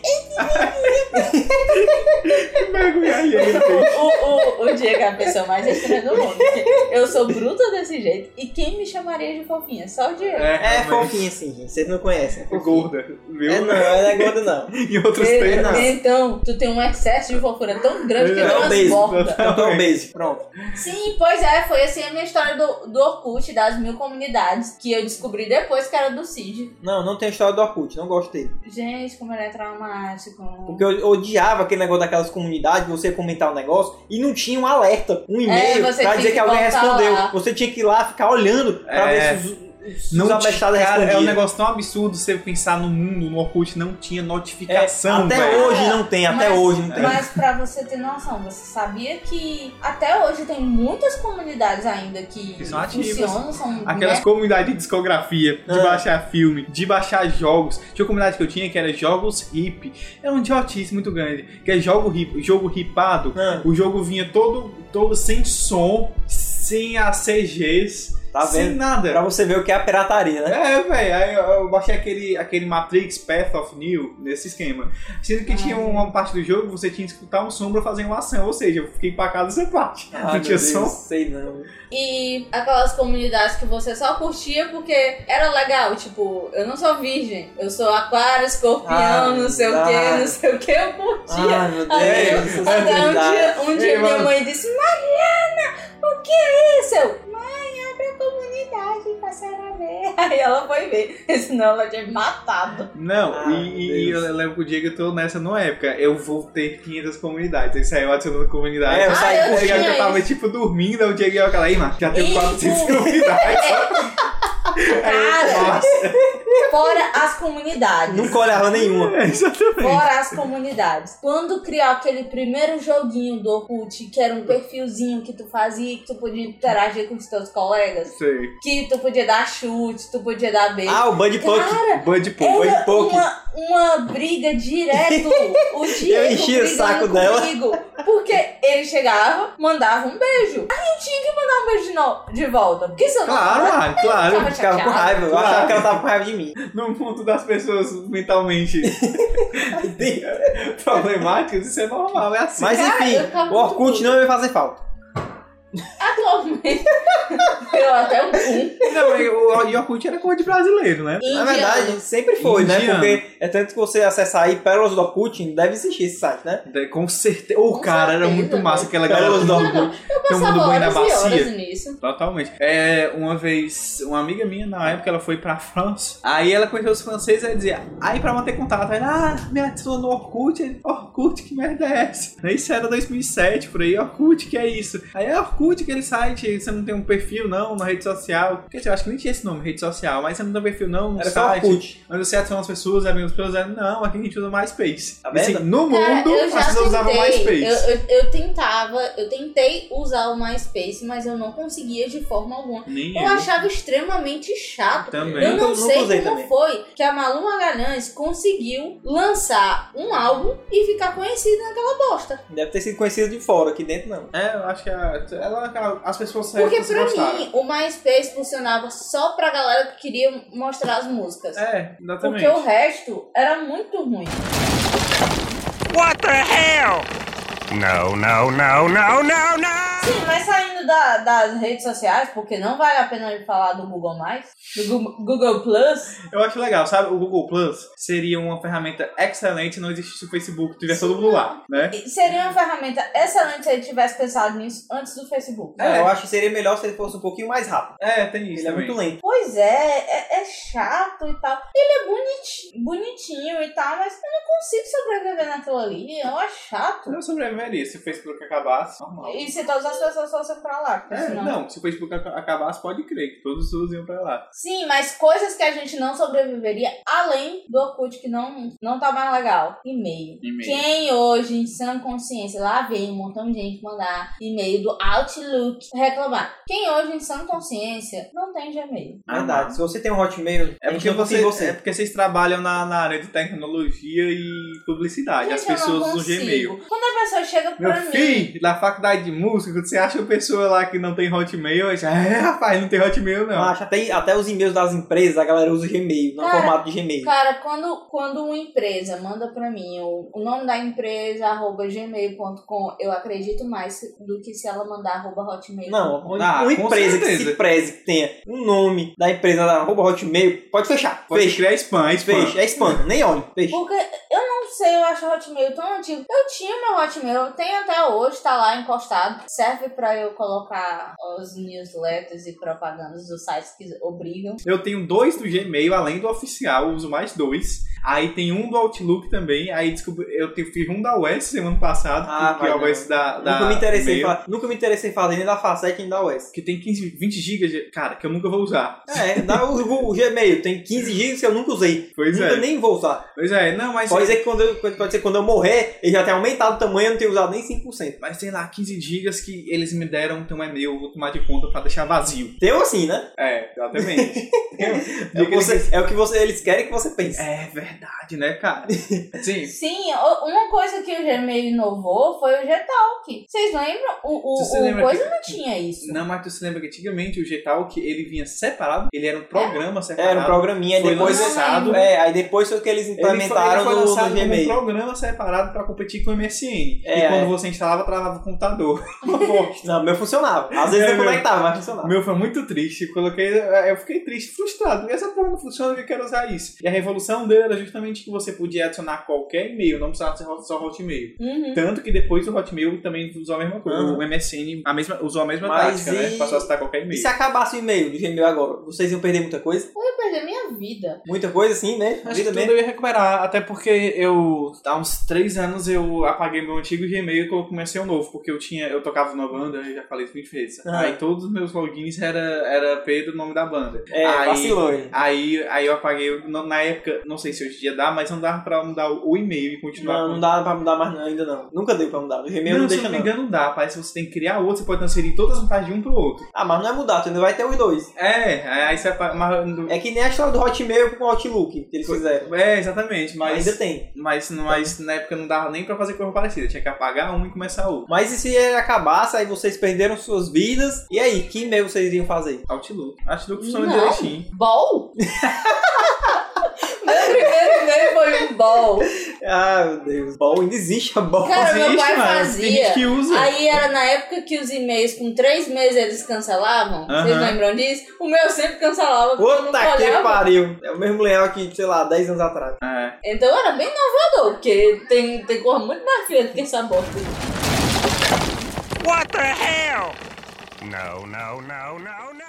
S3: Mergulhar e é ele tem.
S1: O, o, o Diego é a pessoa mais estranha do mundo. porque Eu sou bruta desse jeito. E quem me chamaria de fofinha? Só o Diego.
S2: É
S3: realmente.
S2: fofinha, sim, gente. Vocês não conhecem. É fofinha.
S3: Gorda, viu?
S2: É não, ela é gorda não.
S3: Em outros
S1: E-
S3: termos.
S1: Então, tu tem um excesso de fofura tão grande que
S3: É
S1: não
S2: um beijo.
S1: transporta.
S2: Então tô obeso. Pronto.
S1: Sim, pois é, foi assim a minha história do, do Orkut, das mil comunidades, que eu descobri depois que era do Cid.
S2: Não, não tem história do Orkut, não gosto dele.
S1: Gente, como ele é traumático.
S2: Porque eu odiava aquele negócio daquelas comunidades, você comentar um negócio e não tinha um alerta, um e-mail
S1: É, você
S2: pra
S1: tinha
S2: dizer
S1: que
S2: que alguém
S1: voltar
S2: respondeu.
S1: lá.
S2: Você tinha que ir lá ficar olhando pra
S3: É.
S2: ver se os- os,
S3: Não
S2: os
S3: tinha-
S2: abestados
S3: cara, é um
S2: respondiam.
S3: negócio tão absurdo você pensar no mundo, no Orkut, não tinha
S2: É,
S3: notificação,
S2: até
S3: velho.
S2: hoje não tem, até
S1: Mas-
S2: hoje não tem.
S1: Mas pra você ter noção, você sabia que até hoje tem muitas comunidades ainda que,
S3: Que são ativas.
S1: funcionam, são né?
S3: Aquelas comunidades de discografia, de
S2: né? Ah.
S3: baixar filme, de baixar jogos. Tinha uma comunidade que eu tinha que era jogos hip. Era um idiotice muito grande. Que é jogo hip, jogo ripado.
S2: Ah,
S3: O jogo vinha todo, todo sem som, sem ACGs,
S2: tá
S3: sem
S2: vendo?
S3: nada.
S2: Pra você ver o que é a pirataria, né?
S3: É, velho, aí eu- eu baixei aquele, aquele Matrix Path of New nesse esquema. Sendo que
S1: Ah,
S3: tinha
S1: sim.
S3: uma parte do jogo que você tinha que escutar um som pra fazer uma ação, ou seja, eu fiquei empacado nessa parte.
S2: Ah,
S3: não
S2: meu
S3: tinha
S2: Deus,
S3: som.
S2: sei não.
S1: E aquelas comunidades que você só curtia porque era legal, tipo, eu não sou virgem, eu sou aquário, escorpião,
S2: Ah,
S1: não sei o
S2: ah.
S1: que, não sei o que, eu curtia.
S2: Ah, meu Deus. É
S1: Até-
S2: essas
S1: Até um
S2: comunidades.
S1: dia, um dia
S3: Ei,
S1: minha
S3: mano.
S1: mãe disse, Mariana, o que é isso? Eu, mãe, abre a comunidade pra Sarah ver. Aí ela foi ver, senão ela tinha me matado.
S3: Não,
S2: Ah,
S3: e, e
S2: Deus.
S3: eu lembro que o Diego eu tô nessa numa época. Eu vou ter 500 comunidades. Aí saiu adicionando comunidades.
S2: É, eu saí
S1: Ah, eu
S3: Aí
S2: curtindo.
S1: tinha
S3: eu tava
S1: isso.
S3: tipo dormindo, aí o Diego ia falar, aí, mano, já tenho
S1: Isso. É,
S3: 400 comunidades. Aí eu,
S1: Cara.
S3: nossa,
S1: Fora as comunidades.
S2: Nunca olhava nenhuma.
S3: é
S1: Fora as comunidades. Quando criou aquele primeiro joguinho do Orkut, que era um perfilzinho que tu fazia, que tu podia interagir com os teus colegas,
S3: sei.
S1: que tu podia dar chute, tu podia dar beijo.
S2: Ah, o Bud Puck.
S1: Cara,
S3: Bud Poo.
S2: foi
S1: era
S2: pouco.
S1: uma, uma briga direto. O Diego
S2: Eu enchia o
S1: brigando
S2: saco dela.
S1: comigo, Porque ele chegava, mandava um beijo. Aí eu tinha que mandar um beijo de, no- de volta. Porque se eu não
S3: Claro,
S1: mandava,
S3: mano, claro.
S1: tava
S2: Ficava com
S1: chateada.
S2: raiva. Eu achava que ela tava com raiva de mim.
S3: No mundo das pessoas mentalmente problemáticas, isso é normal, é assim.
S2: Mas
S1: Cara, eu
S2: enfim,
S1: tava
S2: o Orkut
S1: muito-
S2: não ia fazer falta.
S1: Atualmente, eu até um pum.
S3: Não, e o o Yakult era coisa de brasileiro, né?
S2: Na verdade, sempre foi, né?
S3: Indiano.
S2: Porque é tanto que você acessar aí Pérolas do Orkut, deve existir esse site, né?
S3: É, Com certeza. Ô,
S1: Com
S3: cara, era
S1: certeza,
S3: muito massa
S1: velho.
S3: aquela galera.
S2: Pérolas do
S1: Não, não,
S2: Orkut.
S1: Eu
S3: Tem um mundo
S1: passava
S3: boi na
S1: horas e horas
S3: bacia.
S1: nisso.
S3: Totalmente. É, uma vez, uma amiga minha, na época, ela foi pra França. Aí ela conheceu os franceses e dizia, aí pra manter contato, ela, ah, me adicionou no Orkut. Ele, Orkut, que merda é essa? Isso era 2007, por aí, Orkut, que é isso? Aí é Orkut, aquele site, você não tem um perfil, não, na rede social. Quer dizer, eu acho que nem tinha esse nome, rede social, mas você não tem um perfil, não, no
S2: Era só
S3: site.
S2: Orkut.
S3: Mas você adiciona as pessoas, amiga as pessoas, ela, não, aqui a gente usa MySpace.
S2: Tá vendo?
S3: Assim, no mundo,
S1: Cara, eu
S3: as
S1: já
S3: pessoas usavam
S1: tentei.
S3: MySpace.
S1: Eu, eu, eu tentava, eu tentei usar o MySpace, mas eu não conseguia de forma alguma.
S3: Nem
S1: Eu achava extremamente chato.
S3: Também.
S1: Eu não
S2: Nunca-
S1: sei
S2: nunca usei
S1: como
S2: também.
S1: foi que a Malu Magalhães conseguiu lançar um álbum e ficar conhecida naquela bosta.
S2: Deve ter sido conhecido de fora, aqui dentro não.
S3: É, eu acho que a- ela, é as pessoas
S1: Porque
S3: certas
S1: pra
S3: gostaram.
S1: mim, o MySpace funcionava só pra galera que queria mostrar as músicas.
S3: É, exatamente.
S1: Porque o resto era muito ruim.
S4: What the hell? No, no, no, no, no, no!
S1: Sim, mas saindo da- das redes sociais, porque não vale a pena eu falar do Google Mais, do Gu- Google Plus.
S3: Eu acho legal, sabe? O Google Plus seria uma ferramenta excelente, não existe o Facebook, tivesse todo mundo lá, né?
S1: Seria uma ferramenta excelente se ele tivesse pensado nisso antes do Facebook.
S2: É, Eu acho que seria melhor se ele fosse um pouquinho mais rápido.
S3: É, tem isso
S2: Ele é
S3: também.
S2: muito lento.
S1: Pois é, é, é chato e tal. Ele é boniti- bonitinho e tal, mas eu não consigo sobreviver naquilo ali. Eu acho chato.
S3: Eu sobreviveria se o Facebook acabasse, normal.
S1: E se todas as pessoas fossem pra lá, porque
S3: É,
S1: senão...
S3: não, se o Facebook ac- acabasse, pode crer que todos os iam pra lá.
S1: Sim, mas coisas que a gente não sobreviveria, além do Orkut, que não, não tá mais legal. E-mail.
S3: E-mail.
S1: Quem hoje, em sã consciência, lá vem um montão de gente mandar e-mail do Outlook reclamar. Quem hoje, em sã consciência, não tem Gmail.
S3: Ah,
S2: Verdade.
S3: não.
S2: Se você tem um Hotmail,
S3: É
S2: a gente
S3: porque,
S2: não
S3: você,
S2: confia em
S3: é porque vocês trabalham na, na área de tecnologia e publicidade.
S1: Gente,
S3: As
S1: Então, eu
S3: pessoas
S1: não
S3: usam
S1: consigo.
S3: Gmail.
S1: Quando a pessoa chega
S3: Meu
S1: pra mim...
S3: filho, na faculdade de música, quando você acha uma pessoa lá que não tem Hotmail, eu já, é, rapaz, não tem Hotmail, não.
S2: Mas até, Ah, até os e-mails das empresas, a galera usa Gmail, no
S1: Cara,
S2: formato de Gmail.
S1: Cara, quando, quando uma empresa manda pra mim o, o nome da empresa, arroba gmail.com, eu acredito mais do que se ela mandar arroba hotmail.
S2: Não, uma,
S3: Ah,
S2: uma
S3: com
S2: empresa que
S3: certeza.
S2: se preze, que tenha um nome da empresa da arroba Hotmail, pode fechar.
S3: Pode
S2: fecha,
S3: criar spam, spam.
S2: fecha. É spam, nem olhe. Fecha.
S1: Porque eu não sei, eu acho o Hotmail tão antigo. Eu tinha meu Hotmail, eu tenho até hoje, tá lá encostado. Serve pra eu colocar os newsletters e propagandas dos sites que obrigam.
S3: Eu tenho dois do Gmail, além do oficial, eu uso mais dois. Aí tem um do Outlook também. Aí descobri, eu te- fiz um da OS semana passada,
S2: Ah,
S3: que é o
S2: vai,
S3: OS da, da
S2: Nunca me, interessei em
S3: Gmail,
S2: fa- nunca me interessei em fazer nem da Facet nem da OS.
S3: Que tem 15, 20 gigas, de- cara, que eu nunca vou usar.
S2: É, dá o, o- o Gmail, tem 15 gigas que eu nunca usei.
S3: Pois
S2: nunca
S3: é.
S2: nem vou usar.
S3: Pois é, não, mas.
S2: Pode ser que quando eu, pode ser que quando eu morrer, ele já tenha aumentado o tamanho, eu não tenho usado nem 5%.
S3: Mas tem lá 15 gigas que eles me deram, então é meu, eu vou tomar de conta pra deixar vazio.
S2: Teu assim, né?
S3: É, exatamente.
S2: É o que, você- é o que você- eles querem que você pense.
S3: É verdade, né, cara? Sim.
S1: Sim, o- uma coisa que o Gmail inovou foi o Gtalk. Vocês lembram? O, o,
S3: Você
S1: o
S3: lembra
S1: coisa
S3: que-
S1: não tinha isso.
S3: Não, mas tu se lembra que antigamente o Gtalk, ele vinha separado, ele era um programa separado.
S2: Era um programinha, aí
S3: Foi
S2: depois
S1: lançado.
S2: É, aí depois foi o que eles implementaram
S3: foi, ele foi
S2: no-
S3: lançado
S2: no,
S3: como um
S2: Gmail.
S3: programa separado para competir com o MSN.
S2: É,
S3: e quando
S2: é.
S3: você instalava, travava o computador. Uma bosta.
S2: Não, o meu funcionava. Às vezes
S3: É,
S2: eu
S3: meu.
S2: conectava, mas funcionava.
S3: O meu foi muito triste. Eu Coloquei, eu fiquei triste, frustrado. Essa porra não funciona, eu quero usar isso. E a revolução dele era justamente que você podia adicionar qualquer e-mail, não precisava ser só Hotmail.
S1: Uhum.
S3: Tanto que depois o Hotmail também usou a mesma coisa.
S2: Aham.
S3: O MSN a mesma, usou a mesma
S2: Uhum. Mas
S3: tática,
S2: e-
S3: né? Passou a citar qualquer
S2: E
S3: e-mail.
S2: se acabasse o e-mail do Gmail agora? Vocês iam perder muita coisa?
S1: Eu ia perder minha vida.
S2: Muita coisa, sim, né?
S3: Acho
S2: Vida
S3: que tudo
S2: mesmo.
S3: eu ia recuperar, até porque eu, há uns três anos, eu apaguei meu antigo Gmail e eu comecei um novo, porque eu tinha, eu tocava numa banda, eu já falei isso 20 vezes.
S2: Ah.
S3: Aí todos os meus logins era, era Pedro, o nome da banda.
S2: É,
S3: aí,
S2: vacilou, hein?
S3: Aí, aí eu apaguei, o- na- na época, não sei se hoje em dia dá, mas não dava pra mudar o o e-mail e continuar
S2: Não,
S3: com-
S2: não dá pra mudar mais não, ainda não. Nunca deu pra mudar. O Gmail não,
S3: Não, se eu
S2: deixa
S3: não me
S2: não.
S3: engano, dá. Parece que você tem que criar outro, você pode transferir todas as vantagens de um pro outro.
S2: Ah, mas não é mudar, tu ainda vai ter os dois.
S3: É, aí você apa- mas-
S2: É que nem a história do Hotmail com o Outlook que eles fizeram.
S3: É, exatamente, mas.
S2: Ainda tem.
S3: Mas, mas na época não dava nem pra fazer coisa parecida, tinha que apagar um e começar outro.
S2: Mas e se ele acabasse, aí vocês perderam suas vidas? E aí, que e-mail vocês iriam fazer?
S3: Outlook. Outlook funciona
S1: Não.
S3: direitinho.
S1: Ball? Meu primeiro e-mail foi um ball.
S2: Ah, meu Deus. Bom, ainda existe a bom.
S1: Cara, meu pai
S3: mas Tem
S1: fazia.
S3: gente que usa.
S1: Aí era na época que os e-mails com três meses eles cancelavam. Vocês
S3: Aham.
S1: lembram disso? O meu sempre cancelava. porque eu não
S2: Puta que
S1: olhava.
S2: pariu. É o mesmo leal que, sei lá, 10 anos atrás.
S3: É.
S1: Então era bem inovador, porque tem, tem coisa muito mais feia do que essa bosta.
S4: What the hell? No, no, no, no, no, no.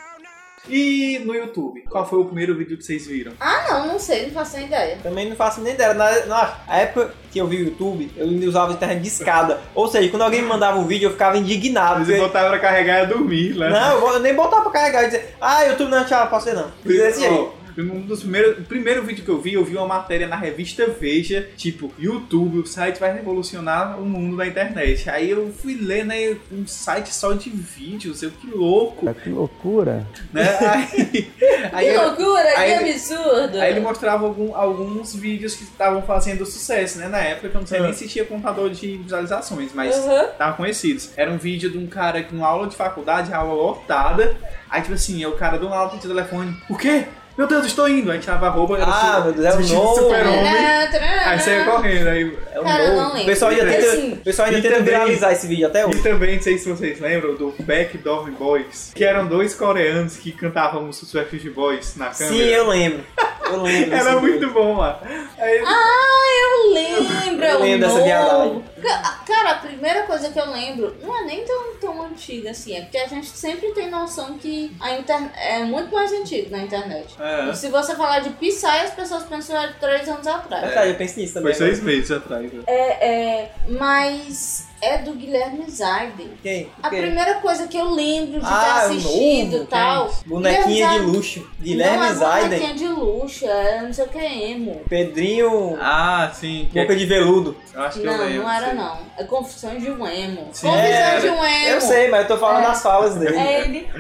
S3: E no YouTube? Qual foi o primeiro vídeo que vocês viram?
S1: Ah, não, não sei, não faço nem ideia.
S2: Também não faço nem ideia. Na, na a época que eu vi o YouTube, eu ainda usava internet de escada. Ou seja, quando alguém me mandava um vídeo, eu ficava indignado.
S3: Eles
S2: porque-
S3: botaram pra carregar e ia dormir, né?
S2: Não, eu vou- eu nem botava pra carregar e dizer, ah, YouTube não, tchau, passei não. Dizia desse jeito.
S3: Ó, Um dos primeiros, o primeiro vídeo que eu vi, eu vi uma matéria na revista Veja, tipo, YouTube, o site vai revolucionar o mundo da internet. Aí eu fui ler, né, um site só de vídeos, eu que louco,
S5: Que loucura.
S3: né? Aí, aí
S1: que
S3: eu-
S1: loucura,
S3: aí
S1: que
S3: ele-
S1: absurdo.
S3: Aí ele mostrava algum- alguns vídeos que estavam fazendo sucesso, né? Na época, que eu não sei
S2: Ah.
S3: nem se tinha contador de visualizações, mas
S1: Aham.
S3: estavam conhecidos. Era um vídeo de um cara com aula de faculdade, aula lotada. Aí, tipo assim, é o cara do lado do telefone. O quê? Meu Deus, estou indo! Aí tirava a roupa, era
S2: Ah,
S3: su-
S2: meu Deus, é o
S3: vestido de
S2: novo.
S3: super-homem.
S1: Tarará, tarará.
S3: Aí saia correndo. Aí, é um
S1: Cara, eu não
S3: novo.
S1: lembro.
S2: O pessoal ainda
S3: É
S2: tenta,
S1: assim.
S2: o pessoal ainda
S3: E
S2: tenta
S3: também-
S2: viralizar esse vídeo até
S3: E
S2: hoje.
S3: também, não sei se vocês lembram, do Back Dorm Boys, que eram dois coreanos que cantavam os Swifty Boys na câmera.
S2: Sim, eu lembro. Eu lembro.
S3: Era
S2: desse
S3: muito
S2: vídeo.
S3: bom lá. Aí,
S1: Eu lembro,
S2: Eu
S1: é o
S2: lembro dessa
S1: novo.
S2: viadagem.
S1: Ca- Cara, a primeira coisa que eu lembro não é nem tão, tão antiga assim, é porque a gente sempre tem noção que a internet é muito mais antigo na internet.
S3: É.
S1: Se você falar de Psy, as pessoas pensam que era de três anos
S2: É
S1: atrás.
S2: verdade, eu penso nisso também.
S3: Foi seis meses atrás. né?
S1: É, é, mas é do Guilherme Zaiden.
S2: Quem?
S1: A
S2: Quem?
S1: primeira coisa que eu lembro de
S2: Ah,
S1: ter
S2: é o
S1: assistido
S2: novo,
S1: e tal.
S2: Bonequinha de
S1: Guilherme Zaiden-
S2: luxo. Guilherme
S1: não, é
S2: Zaiden.
S1: bonequinha de luxo, é não sei o que, emo.
S2: Pedrinho.
S3: Ah, sim. Que
S2: Boca de veludo.
S3: Eu acho que
S1: não,
S3: eu lembro.
S1: não era
S3: sei.
S1: não. É confissão de um emo.
S3: Sim.
S1: confissão
S2: É,
S1: de um emo.
S2: Eu sei, mas eu tô falando
S1: É.
S2: das falas dele.
S1: É ele, quem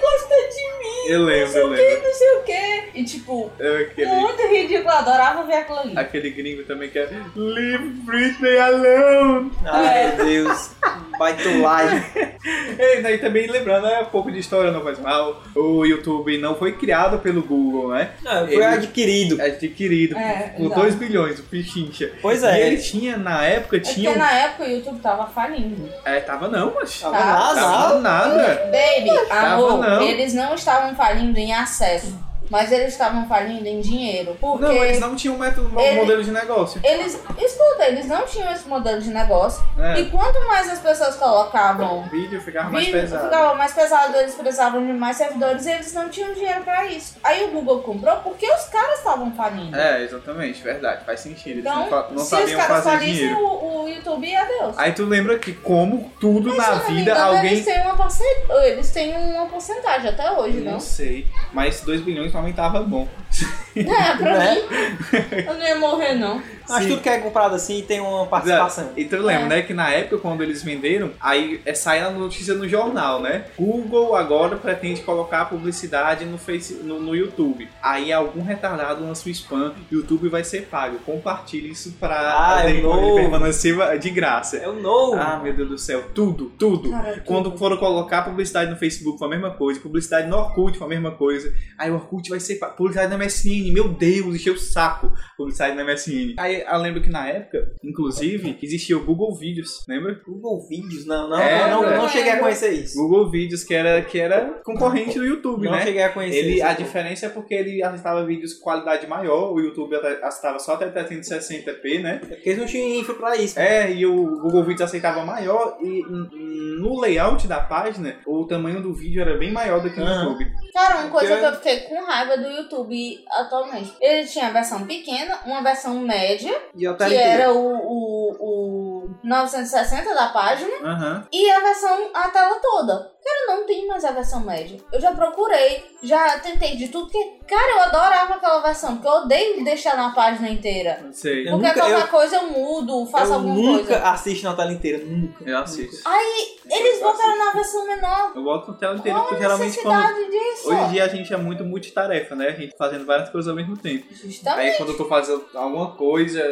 S1: gosta de mim?
S3: Eu lembro, eu
S1: não sei o
S3: lembro.
S1: que, não sei o que. E tipo,
S3: Eu, aquele,
S1: muito ridículo, eu adorava ver aquilo ali.
S3: aquele gringo também que é Leave Britney alone!
S2: Ai, meu Deus. Baitolagem.
S3: E daí também lembrando, é um pouco de história, não faz mal. O YouTube não foi criado pelo Google, né?
S2: Não, foi
S3: Ele-
S2: adquirido.
S3: Adquirido
S1: É,
S3: por
S1: não.
S3: 2 bilhões, o Pichincha.
S2: Pois é.
S3: E ele tinha, na época,
S1: É
S3: tinha.
S1: porque
S3: um-
S1: na época o YouTube tava falindo.
S3: É, tava não, mas.
S2: Tava
S1: Tá.
S2: nada.
S3: Tava nada.
S1: Baby,
S3: Né? Tava
S1: amor,
S3: não.
S1: eles não estavam falindo em acesso, mas eles estavam falindo em dinheiro. Porque
S3: Não, eles não tinham um método, um
S1: Ele-
S3: modelo de negócio.
S1: eles- escuta, eles não tinham esse modelo de negócio.
S3: É.
S1: E quanto mais as pessoas
S3: O
S1: colocavam
S3: vídeo ficava mais
S1: vídeo,
S3: pesado.
S1: ficava mais pesado, eles precisavam de mais servidores e eles não tinham dinheiro pra isso. Aí o Google comprou porque os caras estavam falindo.
S3: É, exatamente, verdade, faz sentido. Eles
S1: Então,
S3: não, fa- não
S1: se os
S3: sabiam
S1: caras
S3: fazer
S1: falissem,
S3: dinheiro.
S1: o, o YouTube é Deus.
S3: Aí tu lembra que, como tudo na
S1: Se eu não me
S3: vida,
S1: engano,
S3: alguém.
S1: então, Eles têm, uma parce- eles têm uma porcentagem até hoje,
S3: Não
S1: não?
S3: sei, mas 2 bilhões também tava bom.
S1: É, pra
S2: Né?
S1: mim. Eu não ia morrer, não.
S2: Mas tudo que é comprado assim tem uma participação.
S3: Exato. E tu lembra,
S1: É.
S3: né, que na época, quando eles venderam, aí é, saía a notícia no jornal, né? Google agora pretende colocar publicidade no, face, no, no YouTube. Aí algum retardado lança o spam, YouTube vai ser pago. Compartilhe isso pra
S2: Ah, é
S3: patrimônio
S2: novo.
S3: permanecer de graça.
S2: É o novo.
S3: Ah, meu Deus do céu, tudo, tudo.
S1: Cara,
S3: Quando foram colocar publicidade no Facebook foi a mesma coisa, publicidade no Orkut foi a mesma coisa. Aí o Orkut vai ser pa- publicidade na MSN, meu Deus, encheu o saco publicidade na MSN. Aí eu lembro que na época, inclusive, existia o Google Vídeos, lembra?
S2: Google Vídeos, não, não,
S3: É,
S2: não, não,
S1: né?
S2: não cheguei a conhecer isso.
S3: Google Vídeos que era que era concorrente do YouTube,
S2: Não
S3: né?
S2: cheguei a conhecer
S3: Ele,
S2: isso.
S3: a diferença é porque ele acessava vídeos de qualidade maior, o YouTube até- acessava só até 360p, né?
S2: Porque eles não tinham infra pra isso.
S3: É, e o Google Vídeos aceitava maior e n- n- no layout da página, o tamanho do vídeo era bem maior do que no
S2: Ah.
S3: YouTube.
S1: Cara, uma coisa
S2: Porque-
S1: que eu fiquei com raiva do YouTube atualmente. Ele tinha a versão pequena, uma versão média,
S2: E eu até
S1: que
S2: arrepiei.
S1: era o, o, o 960 da página,
S3: Aham.
S1: e a versão, a tela toda. Cara, não tem mais a versão média. Eu já procurei, já tentei de tudo, porque, cara, eu adorava aquela versão, porque eu odeio deixar na página inteira.
S3: Não sei.
S2: Eu
S1: Porque
S2: nunca-
S1: qualquer coisa eu mudo, faço
S2: eu
S1: alguma
S2: nunca
S1: coisa.
S2: assisto na tela inteira, nunca.
S3: Eu assisto.
S1: Eles botaram na versão menor.
S3: Eu boto na tela inteira,
S1: Qual
S3: porque
S1: a
S3: geralmente quando.
S1: necessidade disso?
S3: Hoje em dia a gente é muito multitarefa, né? A gente fazendo várias coisas ao mesmo tempo.
S1: Justamente.
S3: Aí quando eu tô fazendo alguma coisa,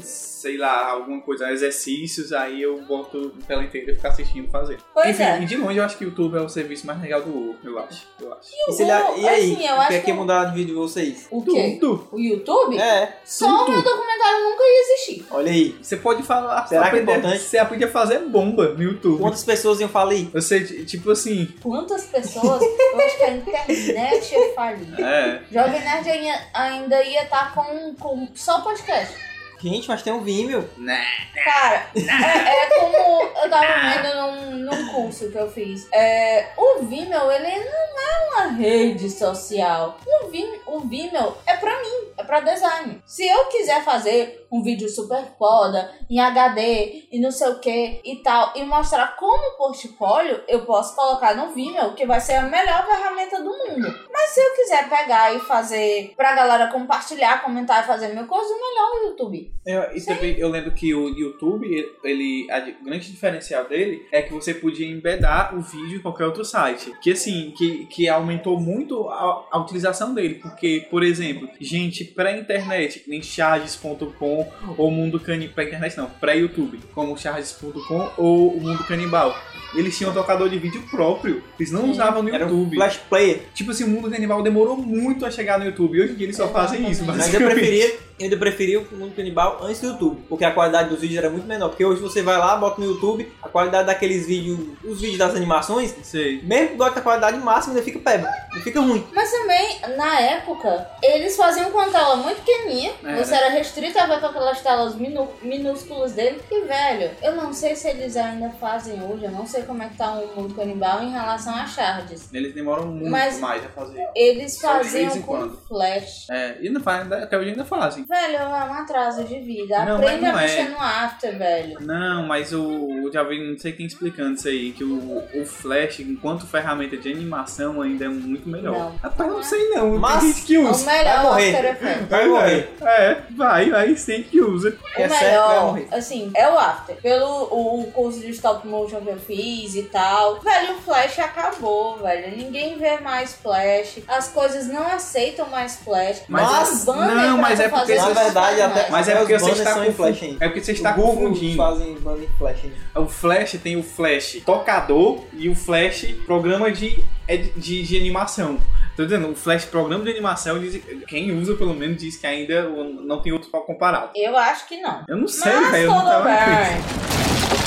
S3: sei lá, alguma coisa, exercícios, aí eu boto na tela inteira e ficar assistindo fazer.
S1: Pois
S3: Enfim,
S1: é.
S3: e de longe eu acho que o YouTube é o serviço mais legal do Google, eu acho. Eu acho.
S2: E, se ele- e aí,
S1: assim, eu
S2: o
S1: acho
S2: que é
S1: que
S2: que
S1: eu-
S2: mudar de vídeo de vocês?
S1: O quê?
S3: Tudo!
S1: O YouTube?
S2: É,
S1: Só o meu documentário nunca ia existir.
S2: olha aí.
S3: Você pode falar.
S2: Será que é
S3: aprender-
S2: importante?
S3: Você podia fazer bomba no YouTube.
S2: Quantas pessoas iam falar aí?
S3: Você, t- tipo assim.
S1: Quantas pessoas? eu acho que a internet ia falir.
S3: É.
S1: tá Jovem Nerd ainda, ainda ia estar com, com só podcast.
S2: Gente, mas tem um Vimeo.
S3: né?
S1: Cara, é, é como eu tava vendo num, num curso que eu fiz. É, o Vimeo, ele não é uma rede social. O Vimeo, o Vimeo é pra mim, é pra design. Se eu quiser fazer um vídeo super foda, em HD e não sei o que e tal, e mostrar como portfólio, eu posso colocar no Vimeo, que vai ser a melhor ferramenta do mundo. Mas se eu quiser pegar e fazer pra galera compartilhar, comentar e fazer mil coisas, o melhor é o YouTube.
S3: Eu, e também eu lembro que o YouTube, ele, a di- grande diferencial dele é que você podia embedar o vídeo em qualquer outro site. Que assim, que, que aumentou muito a, a utilização dele. Porque, por exemplo, gente pré-internet, que nem charges.com ou mundo canibal. Pré-internet não, pré-YouTube, como charges.com ou o mundo canibal. Eles tinham um tocador de vídeo próprio. Eles não usavam no
S2: Era um
S3: YouTube.
S2: Flash Player.
S3: Tipo assim, o mundo canibal demorou muito a chegar no YouTube. Hoje em dia eles só fazem isso,
S2: Mas eu
S3: basicamente.
S2: preferia, eu ainda preferia o Mundo Canibal antes do YouTube, porque a qualidade dos vídeos era muito menor. Porque hoje você vai lá, bota no YouTube, a qualidade daqueles vídeos, os vídeos das animações,
S3: Sei.
S2: mesmo que bota a qualidade máxima, ainda fica peba, ainda fica ruim.
S1: Mas também, na época, eles faziam com uma tela muito pequenininha.
S3: É.
S1: Você era restrito a ver com aquelas telas minu- minúsculas dele. E, velho, eu não sei se eles ainda fazem hoje. Eu não sei como é que tá o mundo canibal em relação a Shards.
S3: Eles demoram muito
S1: Mas-
S3: mais a fazer.
S1: Eles
S3: Só de vez
S1: faziam
S3: em
S1: com
S3: quando.
S1: flash.
S3: É, e não faz, assim. até hoje ainda fazem.
S1: Velho, é um atraso de vida.
S3: Não,
S1: Aprende
S3: mas
S1: a
S3: não é.
S1: mexer no after, velho.
S3: Não, mas eu já vi, não sei quem explicando isso aí, que o, o Flash, enquanto ferramenta de animação, ainda é muito melhor.
S1: Não. é?
S3: Rapaz, eu não sei não,
S2: Mas- é um
S3: tem gente que
S1: O
S3: usa.
S1: melhor
S2: morrer.
S1: After é Effects.
S2: Vai morrer.
S3: É, vai, vai, tem que usa.
S1: O
S2: É certo, vai
S1: melhor,
S2: morrer.
S1: assim, é o After. Pelo o, o curso de stop motion que eu fiz e tal. Velho, o Flash acabou, velho. Ninguém vê mais Flash. As coisas não aceitam mais Flash.
S3: Mas-
S1: As bandas
S3: não,
S1: pra
S3: mas
S1: tu
S3: é porque
S1: fazer
S3: na
S1: não
S2: verdade,
S1: fazem
S2: até-
S1: mais.
S3: Mas é
S2: Até
S3: porque
S2: os
S3: você está,
S2: banners são em
S3: confu-
S2: Flash ainda.
S3: é porque você está
S2: o Google
S3: confundindo.
S2: fazem banda em Flash. ainda.
S3: O Flash tem o Flash tocador e o Flash programa de, é de, de, de animação. Tô dizendo, o Flash programa de animação, diz- quem usa pelo menos diz que ainda não tem outro pra comparar.
S1: Eu acho que não.
S3: Eu não sei,
S1: Mas
S3: velho, eu não
S1: tudo
S3: tava aqui.
S1: bem.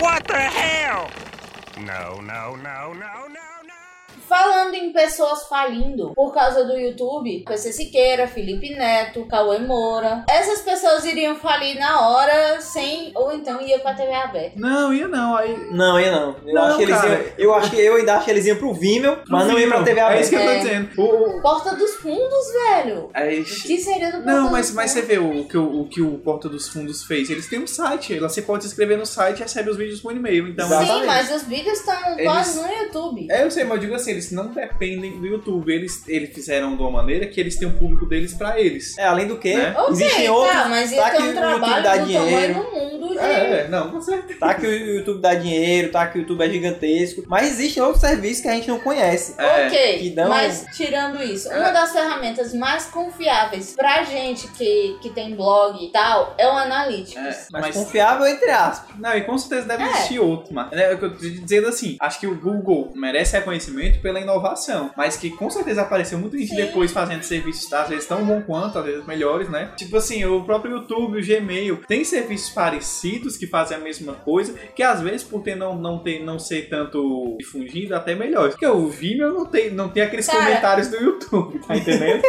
S4: What the hell? No, no, no, no, no, no.
S1: Falando em pessoas falindo por causa do YouTube, PC Siqueira, Felipe Neto, Cauê Moura, essas pessoas iriam falir na hora sem, ou então ia pra TV aberta.
S3: Não, ia não, aí
S2: Não, eu não. Eu
S3: Não,
S2: acho que eles
S3: cara.
S2: iam, eu acho que eu ainda acho que eles iam pro Vimeo, mas não ia pra TV
S3: É isso
S2: aberta.
S3: que eu tô
S1: É.
S3: dizendo. O- o-
S1: Porta dos fundos, velho.
S3: aí-
S1: O que seria do Porta
S3: Não,
S1: dos
S3: mas, mas você
S1: Fundos?
S3: vê o, que o, o que o Porta dos Fundos fez. Eles têm um site, ela se pode se inscrever no site e recebe os vídeos por e-mail. Então,
S1: Sim,
S2: Exatamente.
S1: mas os vídeos estão
S3: Eles-
S1: quase no YouTube.
S3: É, eu sei, mas eu digo assim, eles não dependem do YouTube. Eles, eles fizeram de uma maneira que eles têm um público deles pra eles.
S2: É, além do que,
S3: Né?
S1: Ok,
S2: existem outros.
S1: tá, mas ia
S2: tá
S1: ter um
S2: que o YouTube
S1: trabalho
S2: dá
S1: do tamanho
S2: dinheiro.
S1: do mundo, gente.
S3: É, não, com certeza.
S2: Tá que o YouTube dá dinheiro, tá que o YouTube é gigantesco, mas existem outros serviços que a gente não conhece.
S3: É,
S1: ok,
S2: que dão-
S1: mas tirando isso,
S3: É.
S1: uma das ferramentas mais confiáveis pra gente que, que tem blog e tal é o Analytics.
S2: Mas,
S3: mas
S2: confiável entre aspas.
S3: Não, e com certeza deve
S1: É.
S3: existir outro, mas né, eu tô dizendo assim, acho que o Google merece reconhecimento pela inovação, mas que com certeza apareceu muito gente
S1: Sim.
S3: depois fazendo serviços, às vezes tão bom quanto, às vezes melhores, né? Tipo assim, o próprio YouTube, o Gmail, tem serviços parecidos que fazem a mesma coisa, que às vezes por ter não, não, ter, não ser tanto difundido, até melhores. Porque o Vimeo não tem, não tem aqueles
S1: Cara.
S3: comentários do YouTube, tá entendendo?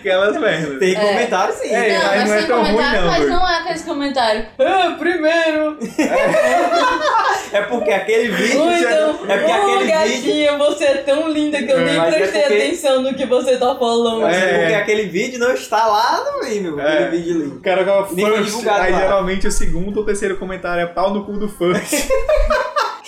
S3: Aquelas merdas.
S2: Tem
S1: É.
S2: comentário sim.
S3: É,
S1: não,
S3: mas não é
S1: tem
S3: tão ruim,
S1: comentário,
S3: não,
S1: mas
S3: Bruno.
S1: não é aqueles comentários.
S3: Ah, primeiro!
S2: É porque aquele vídeo.
S1: Ui, então,
S2: é porque
S1: ô,
S2: aquele vídeo.
S1: gatinha, você é tão linda que eu
S3: É,
S1: nem
S2: mas é
S1: prestei
S2: porque-
S1: atenção no que você tá falando.
S2: mas
S3: É.
S2: é porque aquele vídeo não está lá no Vimeo.
S3: É.
S2: Aquele vídeo
S3: O
S2: ali.
S3: cara joga first,
S2: Nem foi divulgado
S3: aí
S2: lá.
S3: geralmente o segundo ou terceiro comentário é pau no cu do first.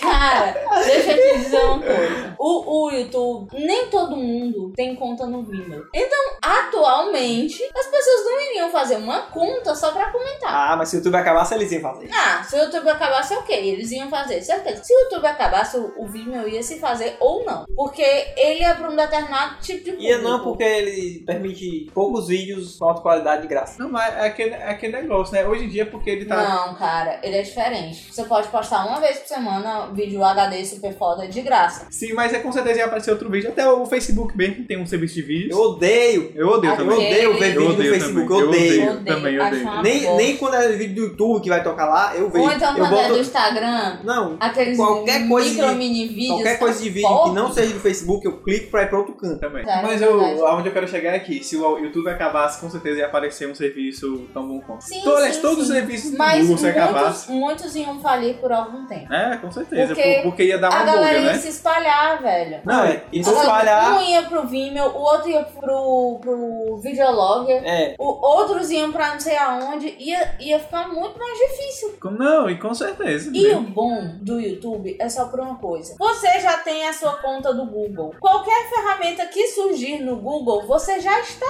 S1: Cara, deixa eu te dizer uma coisa. O, o YouTube, nem todo mundo tem conta no Vimeo. Então, atualmente, as pessoas não iriam fazer uma conta só pra comentar.
S2: Ah, mas se o YouTube acabasse, eles iam fazer.
S1: Ah, se o YouTube acabasse, ok, eles iam fazer, certeza. Se o YouTube acabasse, o, o Vimeo ia se fazer ou não. Porque ele é pra um determinado tipo de público.
S2: E é não, porque ele permite poucos vídeos com alta qualidade de graça.
S3: Não, mas é aquele, é aquele negócio, né? Hoje em dia, é porque ele tá.
S1: Não, cara, ele é diferente. Você pode postar uma vez por semana vídeo HD super foda de graça.
S3: Sim, mas aparecer, com certeza ia aparecer outro vídeo. Até o Facebook mesmo tem um serviço de
S2: Eu
S3: vídeos.
S2: odeio.
S3: Eu odeio
S2: Ah,
S3: também.
S2: Eu odeio ver
S1: Eu
S2: vídeo no Facebook. Eu odeio.
S1: odeio.
S3: Também, eu
S1: Acho
S3: odeio.
S1: uma
S2: Nem,
S1: bosta.
S2: nem quando é vídeo do YouTube que vai tocar lá, eu vejo.
S1: Tá Ou então
S2: eu
S1: quando é do tá
S2: boto...
S1: Instagram,
S2: Não,
S1: aqueles
S2: Qualquer coisa de-
S1: micro mini vídeos.
S2: qualquer coisa de vídeo que não seja do Facebook, eu clico pra ir pra outro canto.
S3: Também.
S1: Tá,
S3: Mas
S1: é verdade.
S3: eu, aonde eu quero chegar é que se o YouTube acabasse, com certeza ia aparecer um serviço tão bom quanto.
S1: Sim,
S3: Todas-
S1: sim,
S3: todos
S1: sim.
S3: os serviços do
S1: Mas
S3: Google se
S1: muitos,
S3: acabasse.
S1: muitos iam falir por algum tempo.
S3: É, com certeza. por-
S1: Porque
S3: Porque, ia dar uma
S1: a galera
S3: bolha,
S1: ia
S3: né?
S1: se espalhar, velho.
S2: Não, é. E se
S1: Agora,
S2: espalhar.
S1: Um ia pro Vimeo, o outro ia pro, pro Videologger,
S2: É.
S1: o, outros iam pra não sei aonde, ia, ia ficar muito mais difícil.
S3: Com- Não, e com certeza.
S1: E
S3: né?
S1: o bom do YouTube é só por uma coisa. Você já tem a sua conta do Google. Qualquer ferramenta que surgir no Google, você já está.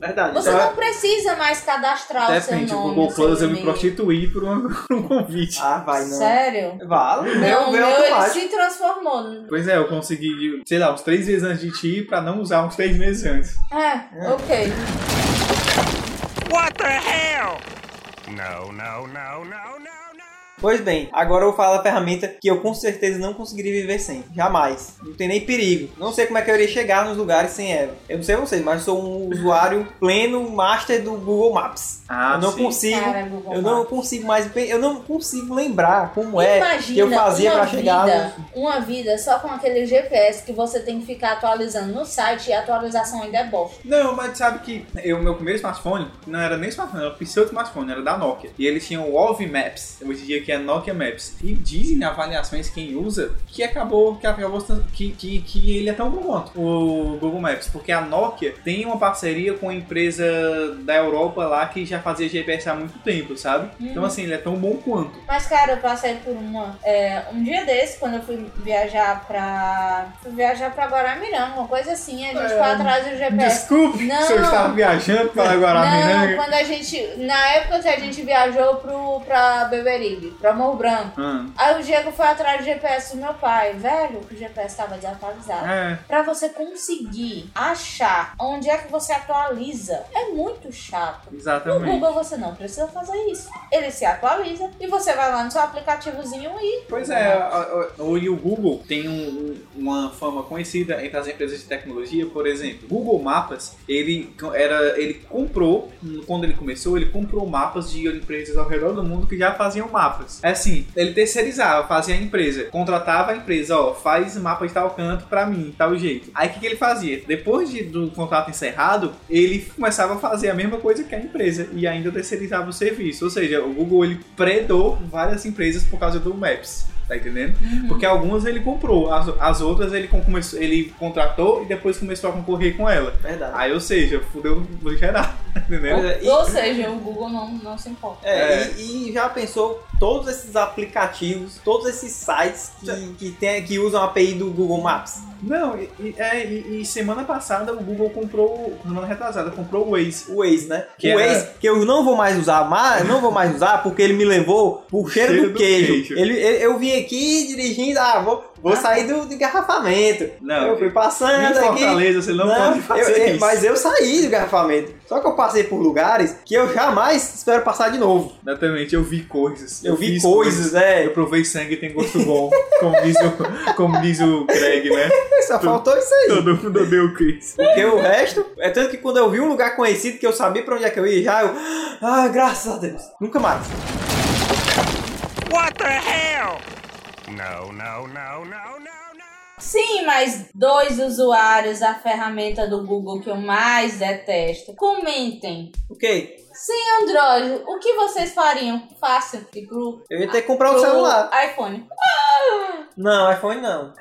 S2: Verdade. Então,
S1: Você
S2: Só-
S1: não precisa mais cadastrar
S3: De
S1: o seu nome.
S3: repente, Tá. o Google
S1: seu
S3: Plus eu me
S1: e-mail.
S3: prostituí por, uma- por um convite.
S2: Ah, vai, não.
S1: Sério?
S2: Vale.
S1: não,
S2: Meu,
S3: é
S2: meu, é
S1: meu, ele
S2: automático.
S1: se transformou.
S3: Pois é, eu consegui, sei lá, uns três meses antes de ti pra não usar uns três meses antes.
S1: É, ok.
S4: What the hell? No, no, no, no, no, no.
S2: Pois bem, agora eu vou falar da ferramenta que eu com certeza não conseguiria viver sem. Jamais. Não tem nem perigo. Não sei como é que eu iria chegar nos lugares sem ela. Eu não sei vocês, mas eu sou um usuário pleno master do Google Maps.
S3: Ah,
S2: eu não
S3: sim.
S2: consigo.
S1: Cara, Google
S2: eu não
S1: Maps.
S2: consigo mais. Eu não consigo lembrar como é
S1: Imagina
S2: que eu fazia
S1: uma
S2: pra chegar.
S1: vida,
S2: no-
S1: uma vida só com aquele GPS que você tem que ficar atualizando no site e a atualização ainda é bosta.
S3: Não, mas sabe que o meu primeiro smartphone não era nem smartphone, era pseudo smartphone, era da Nokia. E eles tinham o Alve Maps, hoje em dia que é Nokia Maps. E dizem em avaliações quem usa que acabou que acabou que, que, que ele é tão bom quanto o Google Maps, porque a Nokia tem uma parceria com a empresa da Europa lá que já fazia GPS há muito tempo, sabe?
S1: Hum.
S3: Então assim, ele é tão bom quanto.
S1: Mas, cara, eu passei por uma. é, um dia desse, quando eu fui viajar pra. Fui viajar pra Guaramiranga, uma coisa assim, a
S3: É.
S1: gente foi atrás do GPS.
S3: Desculpe
S1: Não.
S3: se eu estava viajando né? para
S1: Não,
S3: Guaramiranga.
S1: quando a gente. Na época que a gente viajou pro, pra Beberibe, pra Morro Branco.
S3: Hum.
S1: Aí o Diego foi atrás do GPS do meu pai. Velho, o GPS tava desatualizado.
S3: É.
S1: Pra você conseguir achar onde é que você atualiza. É muito chato. No
S3: Exatamente.
S1: Google você não precisa fazer isso. Ele se atualiza e você vai lá no seu aplicativozinho e.
S3: Pois é, a- a- hoje o Google tem um- um- uma fama conhecida entre as empresas de tecnologia, por exemplo, Google Mapas, ele co- era ele comprou, hum, quando ele começou, ele comprou mapas de empresas ao redor do mundo que já faziam mapas. É assim, ele terceirizava, fazia a empresa, contratava a empresa, ó, faz mapa de tal canto pra mim, tal jeito. Aí o que, que ele fazia? Depois de- do contrato encerrado, ele começava a fazer a mesma coisa que a empresa e ainda terceirizava o serviço. Ou seja, o Google ele predou várias empresas por causa do Maps. Tá entendendo? Porque algumas ele comprou, as, as outras ele, com- começou, ele contratou e depois começou a concorrer com ela.
S2: É Verdade.
S3: Aí, ou seja, fudeu tá vou gerar, entendeu?
S2: Pois é, e-
S1: Ou seja, o Google não, não se importa.
S2: É,
S3: É.
S2: E, e já pensou todos esses aplicativos, todos esses sites que, que, tem, que usam a API do Google Maps?
S3: Não, e, e- é, e- e semana passada o Google comprou, semana retrasada, comprou o Waze.
S2: O Waze, né?
S3: Que
S2: o
S3: é-
S2: Waze, que eu não vou mais usar, mas não vou mais usar porque ele me levou pro cheiro, do, queijo. Ele, ele- eu vim aqui dirigindo, ah, vou, vou sair do, do engarrafamento.
S3: Não,
S2: eu fui
S3: Em
S2: passando aqui.
S3: Fortaleza você não,
S2: Não,
S3: pode fazer
S2: eu- eu-
S3: isso.
S2: mas eu saí do engarrafamento. Só que eu passei por lugares que eu jamais espero passar de novo.
S3: Exatamente, eu vi coisas.
S2: Eu, vi
S3: fiz
S2: coisas, né?
S3: Eu provei sangue tem gosto bom, como diz o, como diz o Greg, né?
S2: Só faltou isso aí.
S3: Todo mundo odeia o Chris.
S2: Porque o resto, é tanto que quando eu vi um lugar conhecido que eu sabia pra onde é que eu ia, já eu. Ah, graças a Deus. Nunca mais.
S4: What the hell? No, no, no, no, no, no.
S1: Sim, mas dois usuários da ferramenta do Google que eu mais detesto. Comentem.
S2: Ok.
S1: Sem Android, o que vocês fariam? Fácil. E pro,
S2: Eu ia ter que comprar um
S1: pro
S2: celular.
S1: iPhone.
S2: Não, iPhone não.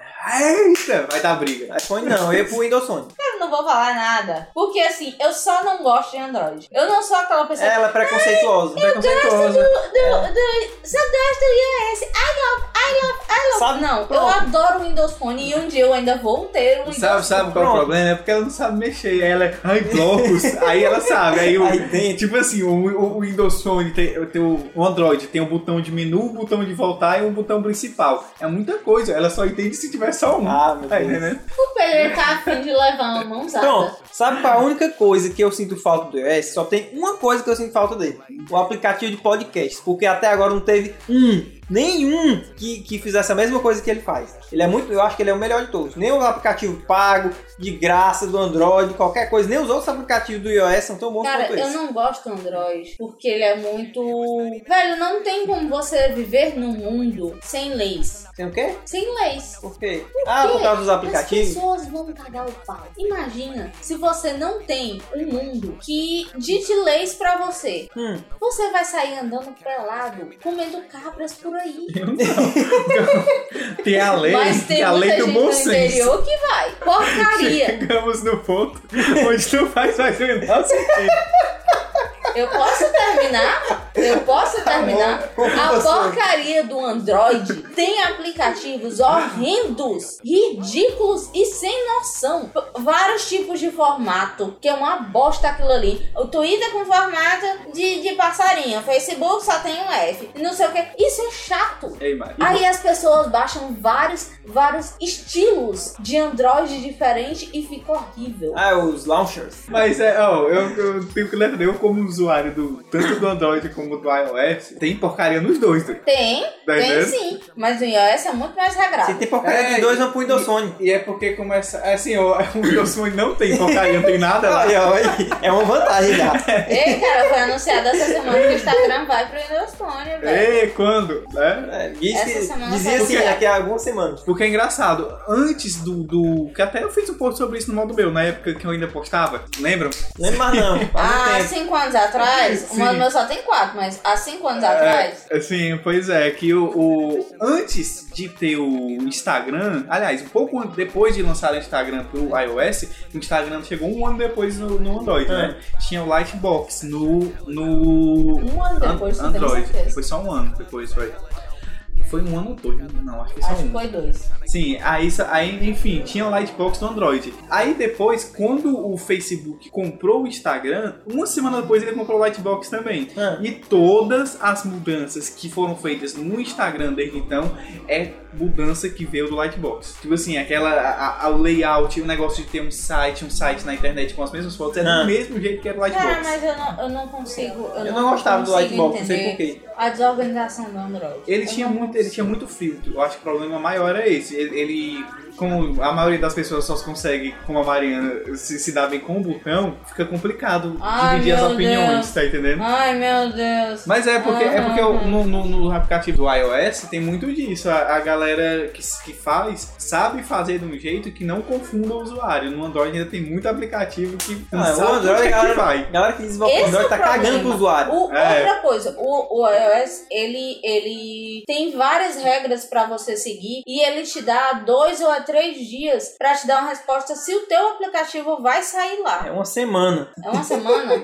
S3: Eita, vai dar briga.
S2: iPhone não, eu ia pro Windows Phone.
S1: Eu não vou falar nada. Porque assim, eu só não gosto de Android. Eu não sou aquela pessoa
S2: Ela é preconceituosa.
S1: do,
S2: preconceituosa.
S1: do, do, se eu gosto do iOS, I love, I love, I love.
S2: Sabe-
S1: não, eu
S2: pronto.
S1: adoro o Windows Phone e um dia eu ainda vou ter um Windows
S3: Sabe, sabe qual é o
S2: Pronto.
S3: problema? É porque ela não sabe mexer. Aí ela é, ai, blocos. aí ela sabe. Aí, o,
S2: Aí tem.
S3: Tipo assim, o, o- o Windows Phone, tem, tem o, o Android tem um botão de menu, um botão de voltar e um botão principal. É muita coisa. Ela só entende se tiver só um.
S2: Ah, meu
S3: Tá
S2: Deus.
S3: entendendo?
S1: O Pedro ele tá afim de levar uma mãozada.
S2: Pronto, sabe qual é a única coisa que eu sinto falta do iOS? Só tem uma coisa que eu sinto falta dele: o aplicativo de podcast. Porque até agora não teve um nenhum que, que fizesse a mesma coisa que ele faz. Ele é muito, eu acho que ele é o melhor de todos. Nem o aplicativo pago, de graça, do Android, qualquer coisa, nem os outros aplicativos do iOS são tão bons
S1: Cara,
S2: quanto
S1: eu
S2: esse.
S1: não gosto do Android, porque ele é muito. Velho, não tem como você viver num mundo sem leis.
S2: Tem o quê?
S1: Sem leis.
S2: Por quê? Ah, por causa dos
S1: As
S2: aplicativos?
S1: pessoas vão pagar o pau. Imagina se você não tem um mundo que dite leis pra você.
S2: Hum.
S1: Você vai sair andando pelado, comendo cabras por aí.
S3: Tem a lei, é
S1: Mas tem
S3: a
S1: muita
S3: lei do
S1: gente
S3: bom
S1: no
S3: senso.
S1: interior que vai. Porcaria.
S3: Chegamos no ponto onde não faz mais o menor sentido.
S1: Eu posso terminar? Eu posso terminar? A porcaria do Android tem aplicativos horrendos, ridículos e sem noção. P- Vários tipos de formato, que é uma bosta aquilo ali. O Twitter com formato de, de passarinho, o Facebook só tem um F, não sei o que. Isso é chato.
S3: Ei, Mari.
S1: Aí as pessoas baixam vários, vários estilos de Android diferente e fica horrível.
S2: Ah, os launchers.
S3: Mas é, ó, eu, eu tenho que lembrar, eu como usuário do, tanto do Android como do iOS, tem porcaria nos dois, né?
S1: Tem,
S3: Tá
S1: tem
S3: entendendo?
S1: sim. Mas o iOS é muito mais regrado.
S2: Se tem porcaria
S3: É,
S2: de dois, não põe do Sony.
S3: E é porque começa. Assim, o, o meu sonho não tem porcaria, não tem nada lá.
S2: Aí, ó, aí, É uma vantagem já.
S1: Ei, cara, foi anunciado essa semana que o Instagram vai pro Windows Phone, velho.
S3: Ei, É, quando? Né?
S2: É, diz
S1: Essa
S2: que-
S1: semana
S2: dizia
S1: tá
S2: assim,
S1: bom.
S2: daqui a algumas semanas.
S3: Porque é engraçado, antes do, do. Que até eu fiz um post sobre isso no modo meu, na época que eu ainda postava, lembram?
S2: Lembra mais não, faz um
S1: Há
S2: tempo.
S1: cinco anos atrás, o
S3: Sim. É.
S1: Mano Meu só tem quatro, mas há cinco anos atrás,
S3: Assim, pois é, que o, o- Antes de ter o Instagram, aliás, um pouco depois de lançar o Instagram pro iOS, o Instagram chegou um ano depois no, no Android, né? Tinha o Lightbox no. no
S1: um ano depois,
S3: An-
S1: não tenho
S3: Android.
S1: certeza.
S3: Foi só um ano depois, foi. Foi um ano ou dois? Não, acho que foi só
S1: Acho
S3: um.
S1: que foi dois.
S3: Sim, aí, sa- aí enfim, tinha o Lightbox no Android. Aí depois, quando o Facebook comprou o Instagram, uma semana depois ele comprou o Lightbox também.
S2: Ah.
S3: E todas as mudanças que foram feitas no Instagram desde então é mudança que veio do Lightbox. Tipo assim, aquela a, a- o layout, o negócio de ter um site, um site na internet com as mesmas fotos, é
S2: Ah.
S3: do mesmo jeito que era o
S1: Cara,
S3: Lightbox.
S1: mas eu não, eu não consigo. Eu,
S2: Eu não gostava do
S1: consigo
S2: Lightbox, não sei
S1: entender
S2: porquê.
S1: A desorganização do Android.
S3: Ele
S1: Eu
S3: tinha,
S1: não
S3: muito, ele tinha muito filtro. Eu acho que o problema maior é esse. Ele, ele- como a maioria das pessoas só consegue, como a Mariana, se, se dá bem com o botão, fica complicado
S1: Ai,
S3: dividir as
S1: meu
S3: opiniões,
S1: Deus.
S3: tá entendendo?
S1: Ai, meu Deus.
S3: Mas é porque, é porque
S1: Aham.
S3: no, no- no aplicativo do iOS tem muito disso. A, a galera que, s- que faz sabe fazer de um jeito que não confunda o usuário. No Android ainda tem muito aplicativo que não
S2: Ah,
S3: sabe
S2: o Android,
S3: onde é que
S2: galera,
S3: vai.
S2: galera que desenvolve
S1: Esse
S2: o Android
S1: é
S2: tá
S1: o problema.
S2: cagando pro usuário.
S1: O-
S3: É.
S1: Outra coisa, o, o iOS ele, ele tem várias regras pra você seguir e ele te dá dois ou a três dias pra te dar uma resposta se o teu aplicativo vai sair
S2: É
S1: lá.
S2: uma semana.
S1: É uma semana?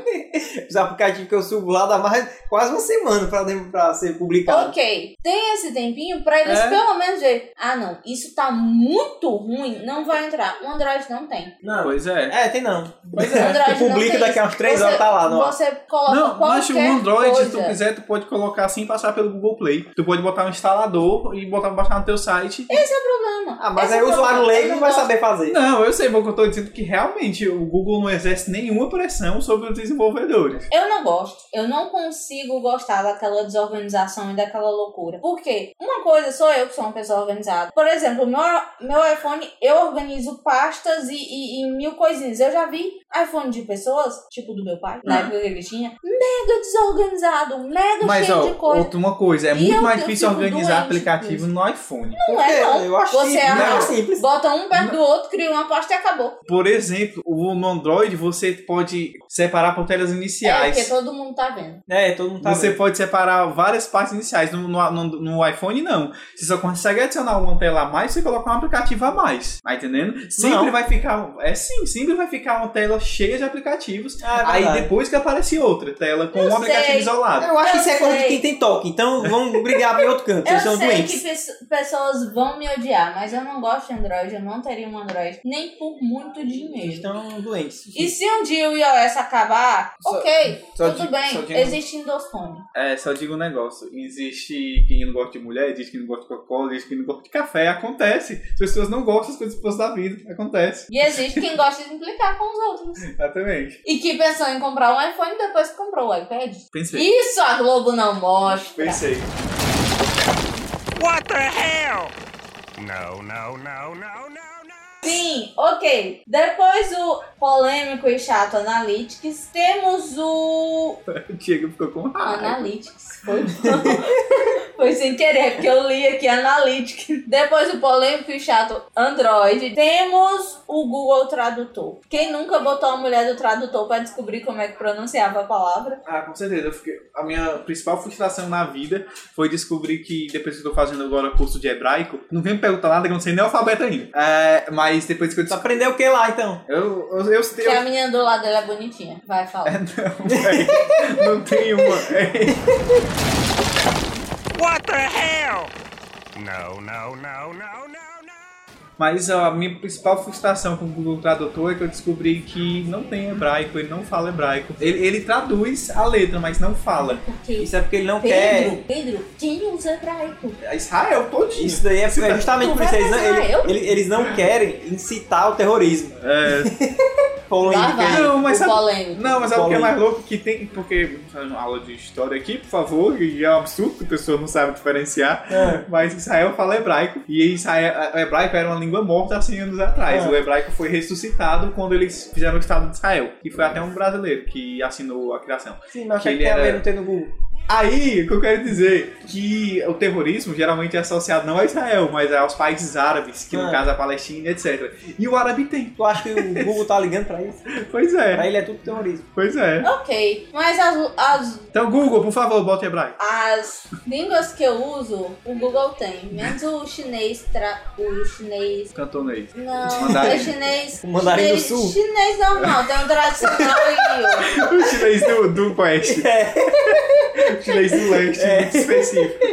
S2: Os aplicativos que eu subo lá dá mais, quase uma semana pra, pra ser publicado.
S1: ok. Tem esse tempinho pra eles
S2: É.
S1: pelo menos ver. Ah, não, isso tá muito ruim, não vai entrar. O Android não tem.
S2: Não.
S3: Pois é.
S2: É, tem não. Pois
S1: O
S2: é,
S1: Android
S2: tu
S1: não
S2: publica
S1: tem
S2: daqui a
S1: isso.
S2: uns três
S1: Você-
S2: horas tá lá. Não.
S1: Você coloca
S3: Não, mas o
S1: qualquer
S3: Android, se tu
S1: coisa. É um
S3: quiser, tu pode colocar sem passar pelo Google Play. Tu pode botar um instalador e botar baixar no teu site.
S1: Problema.
S2: Ah, mas
S1: Esse
S2: aí
S1: é
S2: o usuário
S1: problema.
S2: leigo
S1: Eu
S2: não vai
S1: gosto.
S2: saber fazer.
S1: é,
S3: Não, eu sei, mas o que eu tô dizendo é que realmente o Google não exerce nenhuma pressão sobre os desenvolvedores.
S1: Eu não gosto. Eu não consigo gostar daquela desorganização e daquela loucura. Por quê? Uma coisa, sou eu que sou uma pessoa organizada. Por exemplo, meu, meu iPhone, eu organizo pastas e, e- e mil coisinhas. Eu já vi iPhone de pessoas, tipo do meu pai, na
S3: Ah.
S1: época que ele tinha, mega desorganizado, mega
S3: Mas,
S1: cheio
S3: ó,
S1: de coisa.
S3: outra uma coisa, é
S1: E
S3: muito
S1: eu-
S3: mais
S1: eu
S3: difícil
S1: fico
S3: organizar
S1: doente com
S3: aplicativo no iPhone.
S1: Não é,
S2: Porque
S1: não.
S2: Eu acho
S1: Você
S2: simples,
S1: arrasa.
S2: não, é simples.
S1: Bota um perto do outro, cria uma pasta e acabou.
S3: Por exemplo, o- no Android você pode separar por telas
S1: É, porque
S3: iniciais.
S1: todo mundo tá vendo.
S2: É, todo mundo tá
S3: você
S2: vendo.
S3: pode separar várias partes iniciais. No, no- no- no iPhone, não. Você só consegue adicionar uma tela a mais, você coloca um aplicativo a mais. Tá entendendo? Sempre
S2: Não.
S3: vai ficar. É sim, sempre vai ficar uma tela cheia de aplicativos.
S2: Ah, é
S3: aí
S2: verdade.
S3: depois que aparece outra tela com
S1: Eu
S3: um aplicativo
S1: sei.
S3: isolado.
S2: Eu acho que
S1: Eu
S2: isso é coisa de
S1: sei.
S2: quem tem toque. Então vamos brigar em outro canto.
S1: Eu
S2: Vocês são
S1: sei
S2: doentes.
S1: que pesso- pessoas vão me odiar, mas eu não gosto de Android, eu não teria um Android, nem por muito
S2: Vocês
S1: dinheiro.
S2: estão doentes.
S1: E se um dia o iOS acabar,
S3: Só-
S1: ok,
S3: só
S1: tudo
S3: digo-
S1: bem,
S3: só digo-
S1: existe Windows Phone.
S3: É, só digo um negócio. Existe quem não gosta de mulher, diz que não gosta de Coca-Cola, diz que não gosta de café. Acontece. As pessoas não gostam das coisas boas da vida. Acontece.
S1: E existe quem gosta de implicar com os outros.
S3: Exatamente.
S1: E que pensou em comprar um iPhone depois que comprou o iPad.
S3: Pensei.
S1: Isso a Globo não mostra.
S3: Pensei.
S4: What the hell? No, no, no, no, no, no.
S1: Sim, ok. Depois do polêmico e chato Analytics, temos o.
S3: O Diego ficou com raiva.
S1: Analytics. Foi, foi sem querer, porque eu li aqui Analytics. Depois do polêmico e chato Android, temos o Google Tradutor. Quem nunca botou a mulher do tradutor pra descobrir como é que pronunciava a palavra?
S3: Ah, com certeza. Eu fiquei... A minha principal frustração na vida foi descobrir que depois que eu tô fazendo agora curso de hebraico, não vem me perguntar nada que eu não sei nem alfabeto ainda. É, mas depois que eu
S2: Tu
S3: descobri.
S2: aprendeu o que lá, então?
S3: Eu, eu, eu,
S1: Que a
S3: eu- É.
S1: menina do lado dela é bonitinha. Vai, fala.
S3: Não, véi, não tem uma. é.
S4: What the hell? No, no, no, no, no, no.
S3: Mas ó, a minha principal frustração com o Google Tradutor é que eu descobri que não tem hebraico, ele não fala hebraico. Ele, ele traduz a letra, mas não fala.
S1: Porque
S2: Isso é porque ele não quer.
S1: Pedro, Pedro, quem usa hebraico?
S3: É Israel todinho.
S2: Isso daí é porque- é justamente
S1: Tu
S2: por isso.
S1: vai
S2: Eles não,
S1: casar,
S2: ele-
S1: eu?
S2: ele- eles não querem incitar o terrorismo.
S3: É.
S1: Lá
S2: Polêmica.
S1: vai,
S3: Não, mas
S1: o
S3: sabe-
S1: polêmico.
S3: Não, mas sabe o que é
S2: Polêmico.
S3: mais louco? Que tem. Porque fazendo aula de história aqui, por favor, e é um absurdo que a pessoa não sabe diferenciar.
S2: É.
S3: Mas Israel fala hebraico. E Israel, o hebraico era uma língua morta há 100 anos atrás.
S2: É.
S3: O hebraico foi ressuscitado quando eles fizeram o Estado de Israel. E foi até um brasileiro que assinou a criação.
S2: Sim, mas o que,
S3: Que
S2: é que
S3: ele
S2: tem a
S3: era-
S2: ver não ter no Google?
S3: Aí, o que eu quero dizer que o terrorismo geralmente é associado não a Israel, mas aos países árabes, que no
S2: É.
S3: caso a Palestina, etc. E o árabe tem.
S2: Tu acha que o Google tá ligando pra isso?
S3: Pois
S2: Pra
S3: é,
S2: ele é tudo terrorismo.
S3: pois é.
S1: Ok, mas as, as
S3: Então, Google, por favor, bota hebraico.
S1: As línguas que eu uso, o Google tem. Menos o chinês. Tra... O chinês.
S3: Cantonês.
S1: Não,
S3: Mandarim.
S1: é chinês.
S2: Tá. O mandarim do
S1: chinês,
S2: sul?
S1: Chinês normal, tem um tradicional e
S3: O chinês do, do oeste.
S2: É.
S3: O chinês do leste, muito específico.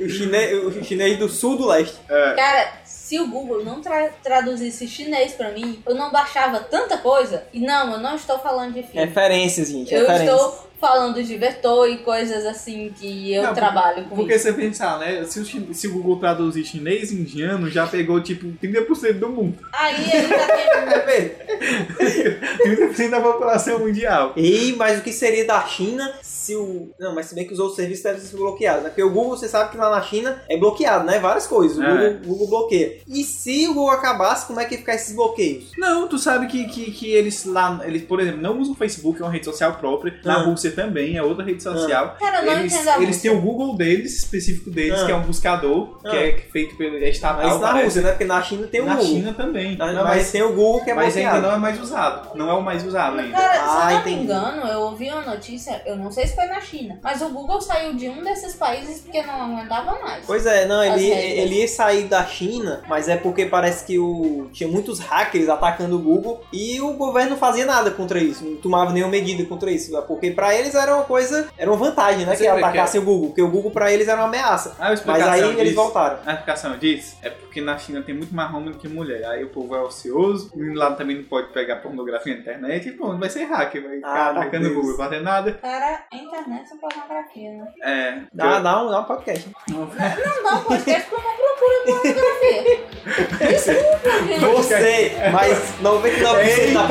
S2: O chinês, o chinês do sul do leste.
S1: o. Cara, se o Google não tra- traduzisse chinês pra mim, eu não baixava tanta coisa. E não, eu não estou falando de filme.
S2: Referências, gente.
S1: eu
S2: referências.
S1: estou falando de vetor e coisas assim que eu
S3: Não,
S1: trabalho com
S3: Porque
S1: isso.
S3: você pensar, né? Se o, chin- se o Google traduzir chinês e indiano, já pegou tipo 30% do mundo.
S1: Aí ele tá tendo.
S2: É mesmo.
S3: 30% da população mundial.
S2: Ei, mas o que seria da China se o. Não, mas se bem que os outros serviços devem ser bloqueados, né? Porque o Google, você sabe que lá na China é bloqueado, né? Várias coisas. O,
S3: É.
S2: Google, o Google bloqueia. E se o Google acabasse, como é que ia ficar esses bloqueios?
S3: Não, tu sabe que, que, que eles lá, eles, por exemplo, não usam o Facebook, é uma rede social própria. Na
S2: Ah.
S3: Rússia também, é outra rede social.
S1: Cara, Ah. eu não
S3: Eles,
S1: entendo a
S3: eles
S1: música.
S3: têm o Google deles, específico deles,
S2: Ah.
S3: que é um buscador, que
S2: Ah.
S3: é feito pelo é estatal.
S2: Mas na
S3: parece.
S2: Rússia, né? Porque na China tem o
S3: na
S2: Google.
S3: China também.
S2: Na-
S3: Não,
S2: mas,
S3: mas
S2: tem o Google que é
S3: mas ainda
S2: bloqueado.
S3: não é mais usado. Não é o mais usado ainda.
S1: Cara, se
S2: Ah,
S1: eu não
S2: entendi.
S1: me engano, eu ouvi uma notícia, eu não sei se foi na China, mas o Google saiu de um desses países porque não aguentava mais.
S2: Pois é, não,
S1: As
S2: ele,
S1: regras.
S2: ele ia sair da China, mas é porque parece que o, tinha muitos hackers atacando o Google e o governo não fazia nada contra isso, não tomava nenhuma medida contra isso, né? porque pra eles era uma coisa, era uma vantagem, né,
S3: Você
S2: que
S3: vê que
S2: atacassem o Google, porque o Google pra eles era uma ameaça.
S3: Ah, a
S2: Mas
S3: explicação
S2: aí
S3: disso,
S2: eles voltaram.
S3: A explicação disso é porque na China tem muito mais homem do que mulher. Aí o povo é ocioso, o menino lá também não pode pegar pornografia na internet e pronto, vai ser hacker, vai ficar
S2: Ah, meu
S3: atacando o
S2: Deus.
S3: Google, fazer nada.
S1: Cara, a internet é pornografia, né?
S3: É.
S2: Dá, dá, um, dá um podcast.
S1: Não dá um podcast porque eu não procuro pornografia. Desculpa, gente.
S2: Você, mas 99% da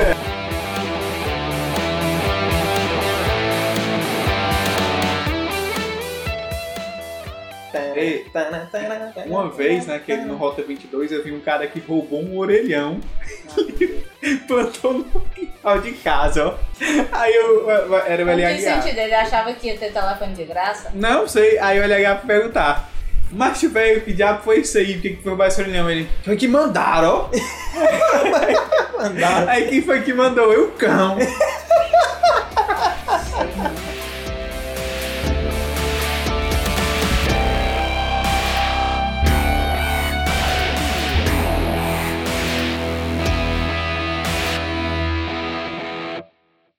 S3: Ei, Uma vez, tá, né, que no Rota 22, eu vi um cara que roubou um orelhão e plantou no quintal de casa, ó. Aí eu, era o
S1: Não tem
S3: LH.
S1: sentido, ele achava que ia ter telefone de graça.
S3: Não sei, aí o LH foi perguntar. Mas, velho, que diabo foi isso aí? Por que que foi mais orelhão? Ele, foi que mandaram, ó.
S2: Mandaram.
S3: Aí quem foi que mandou? Eu, cão.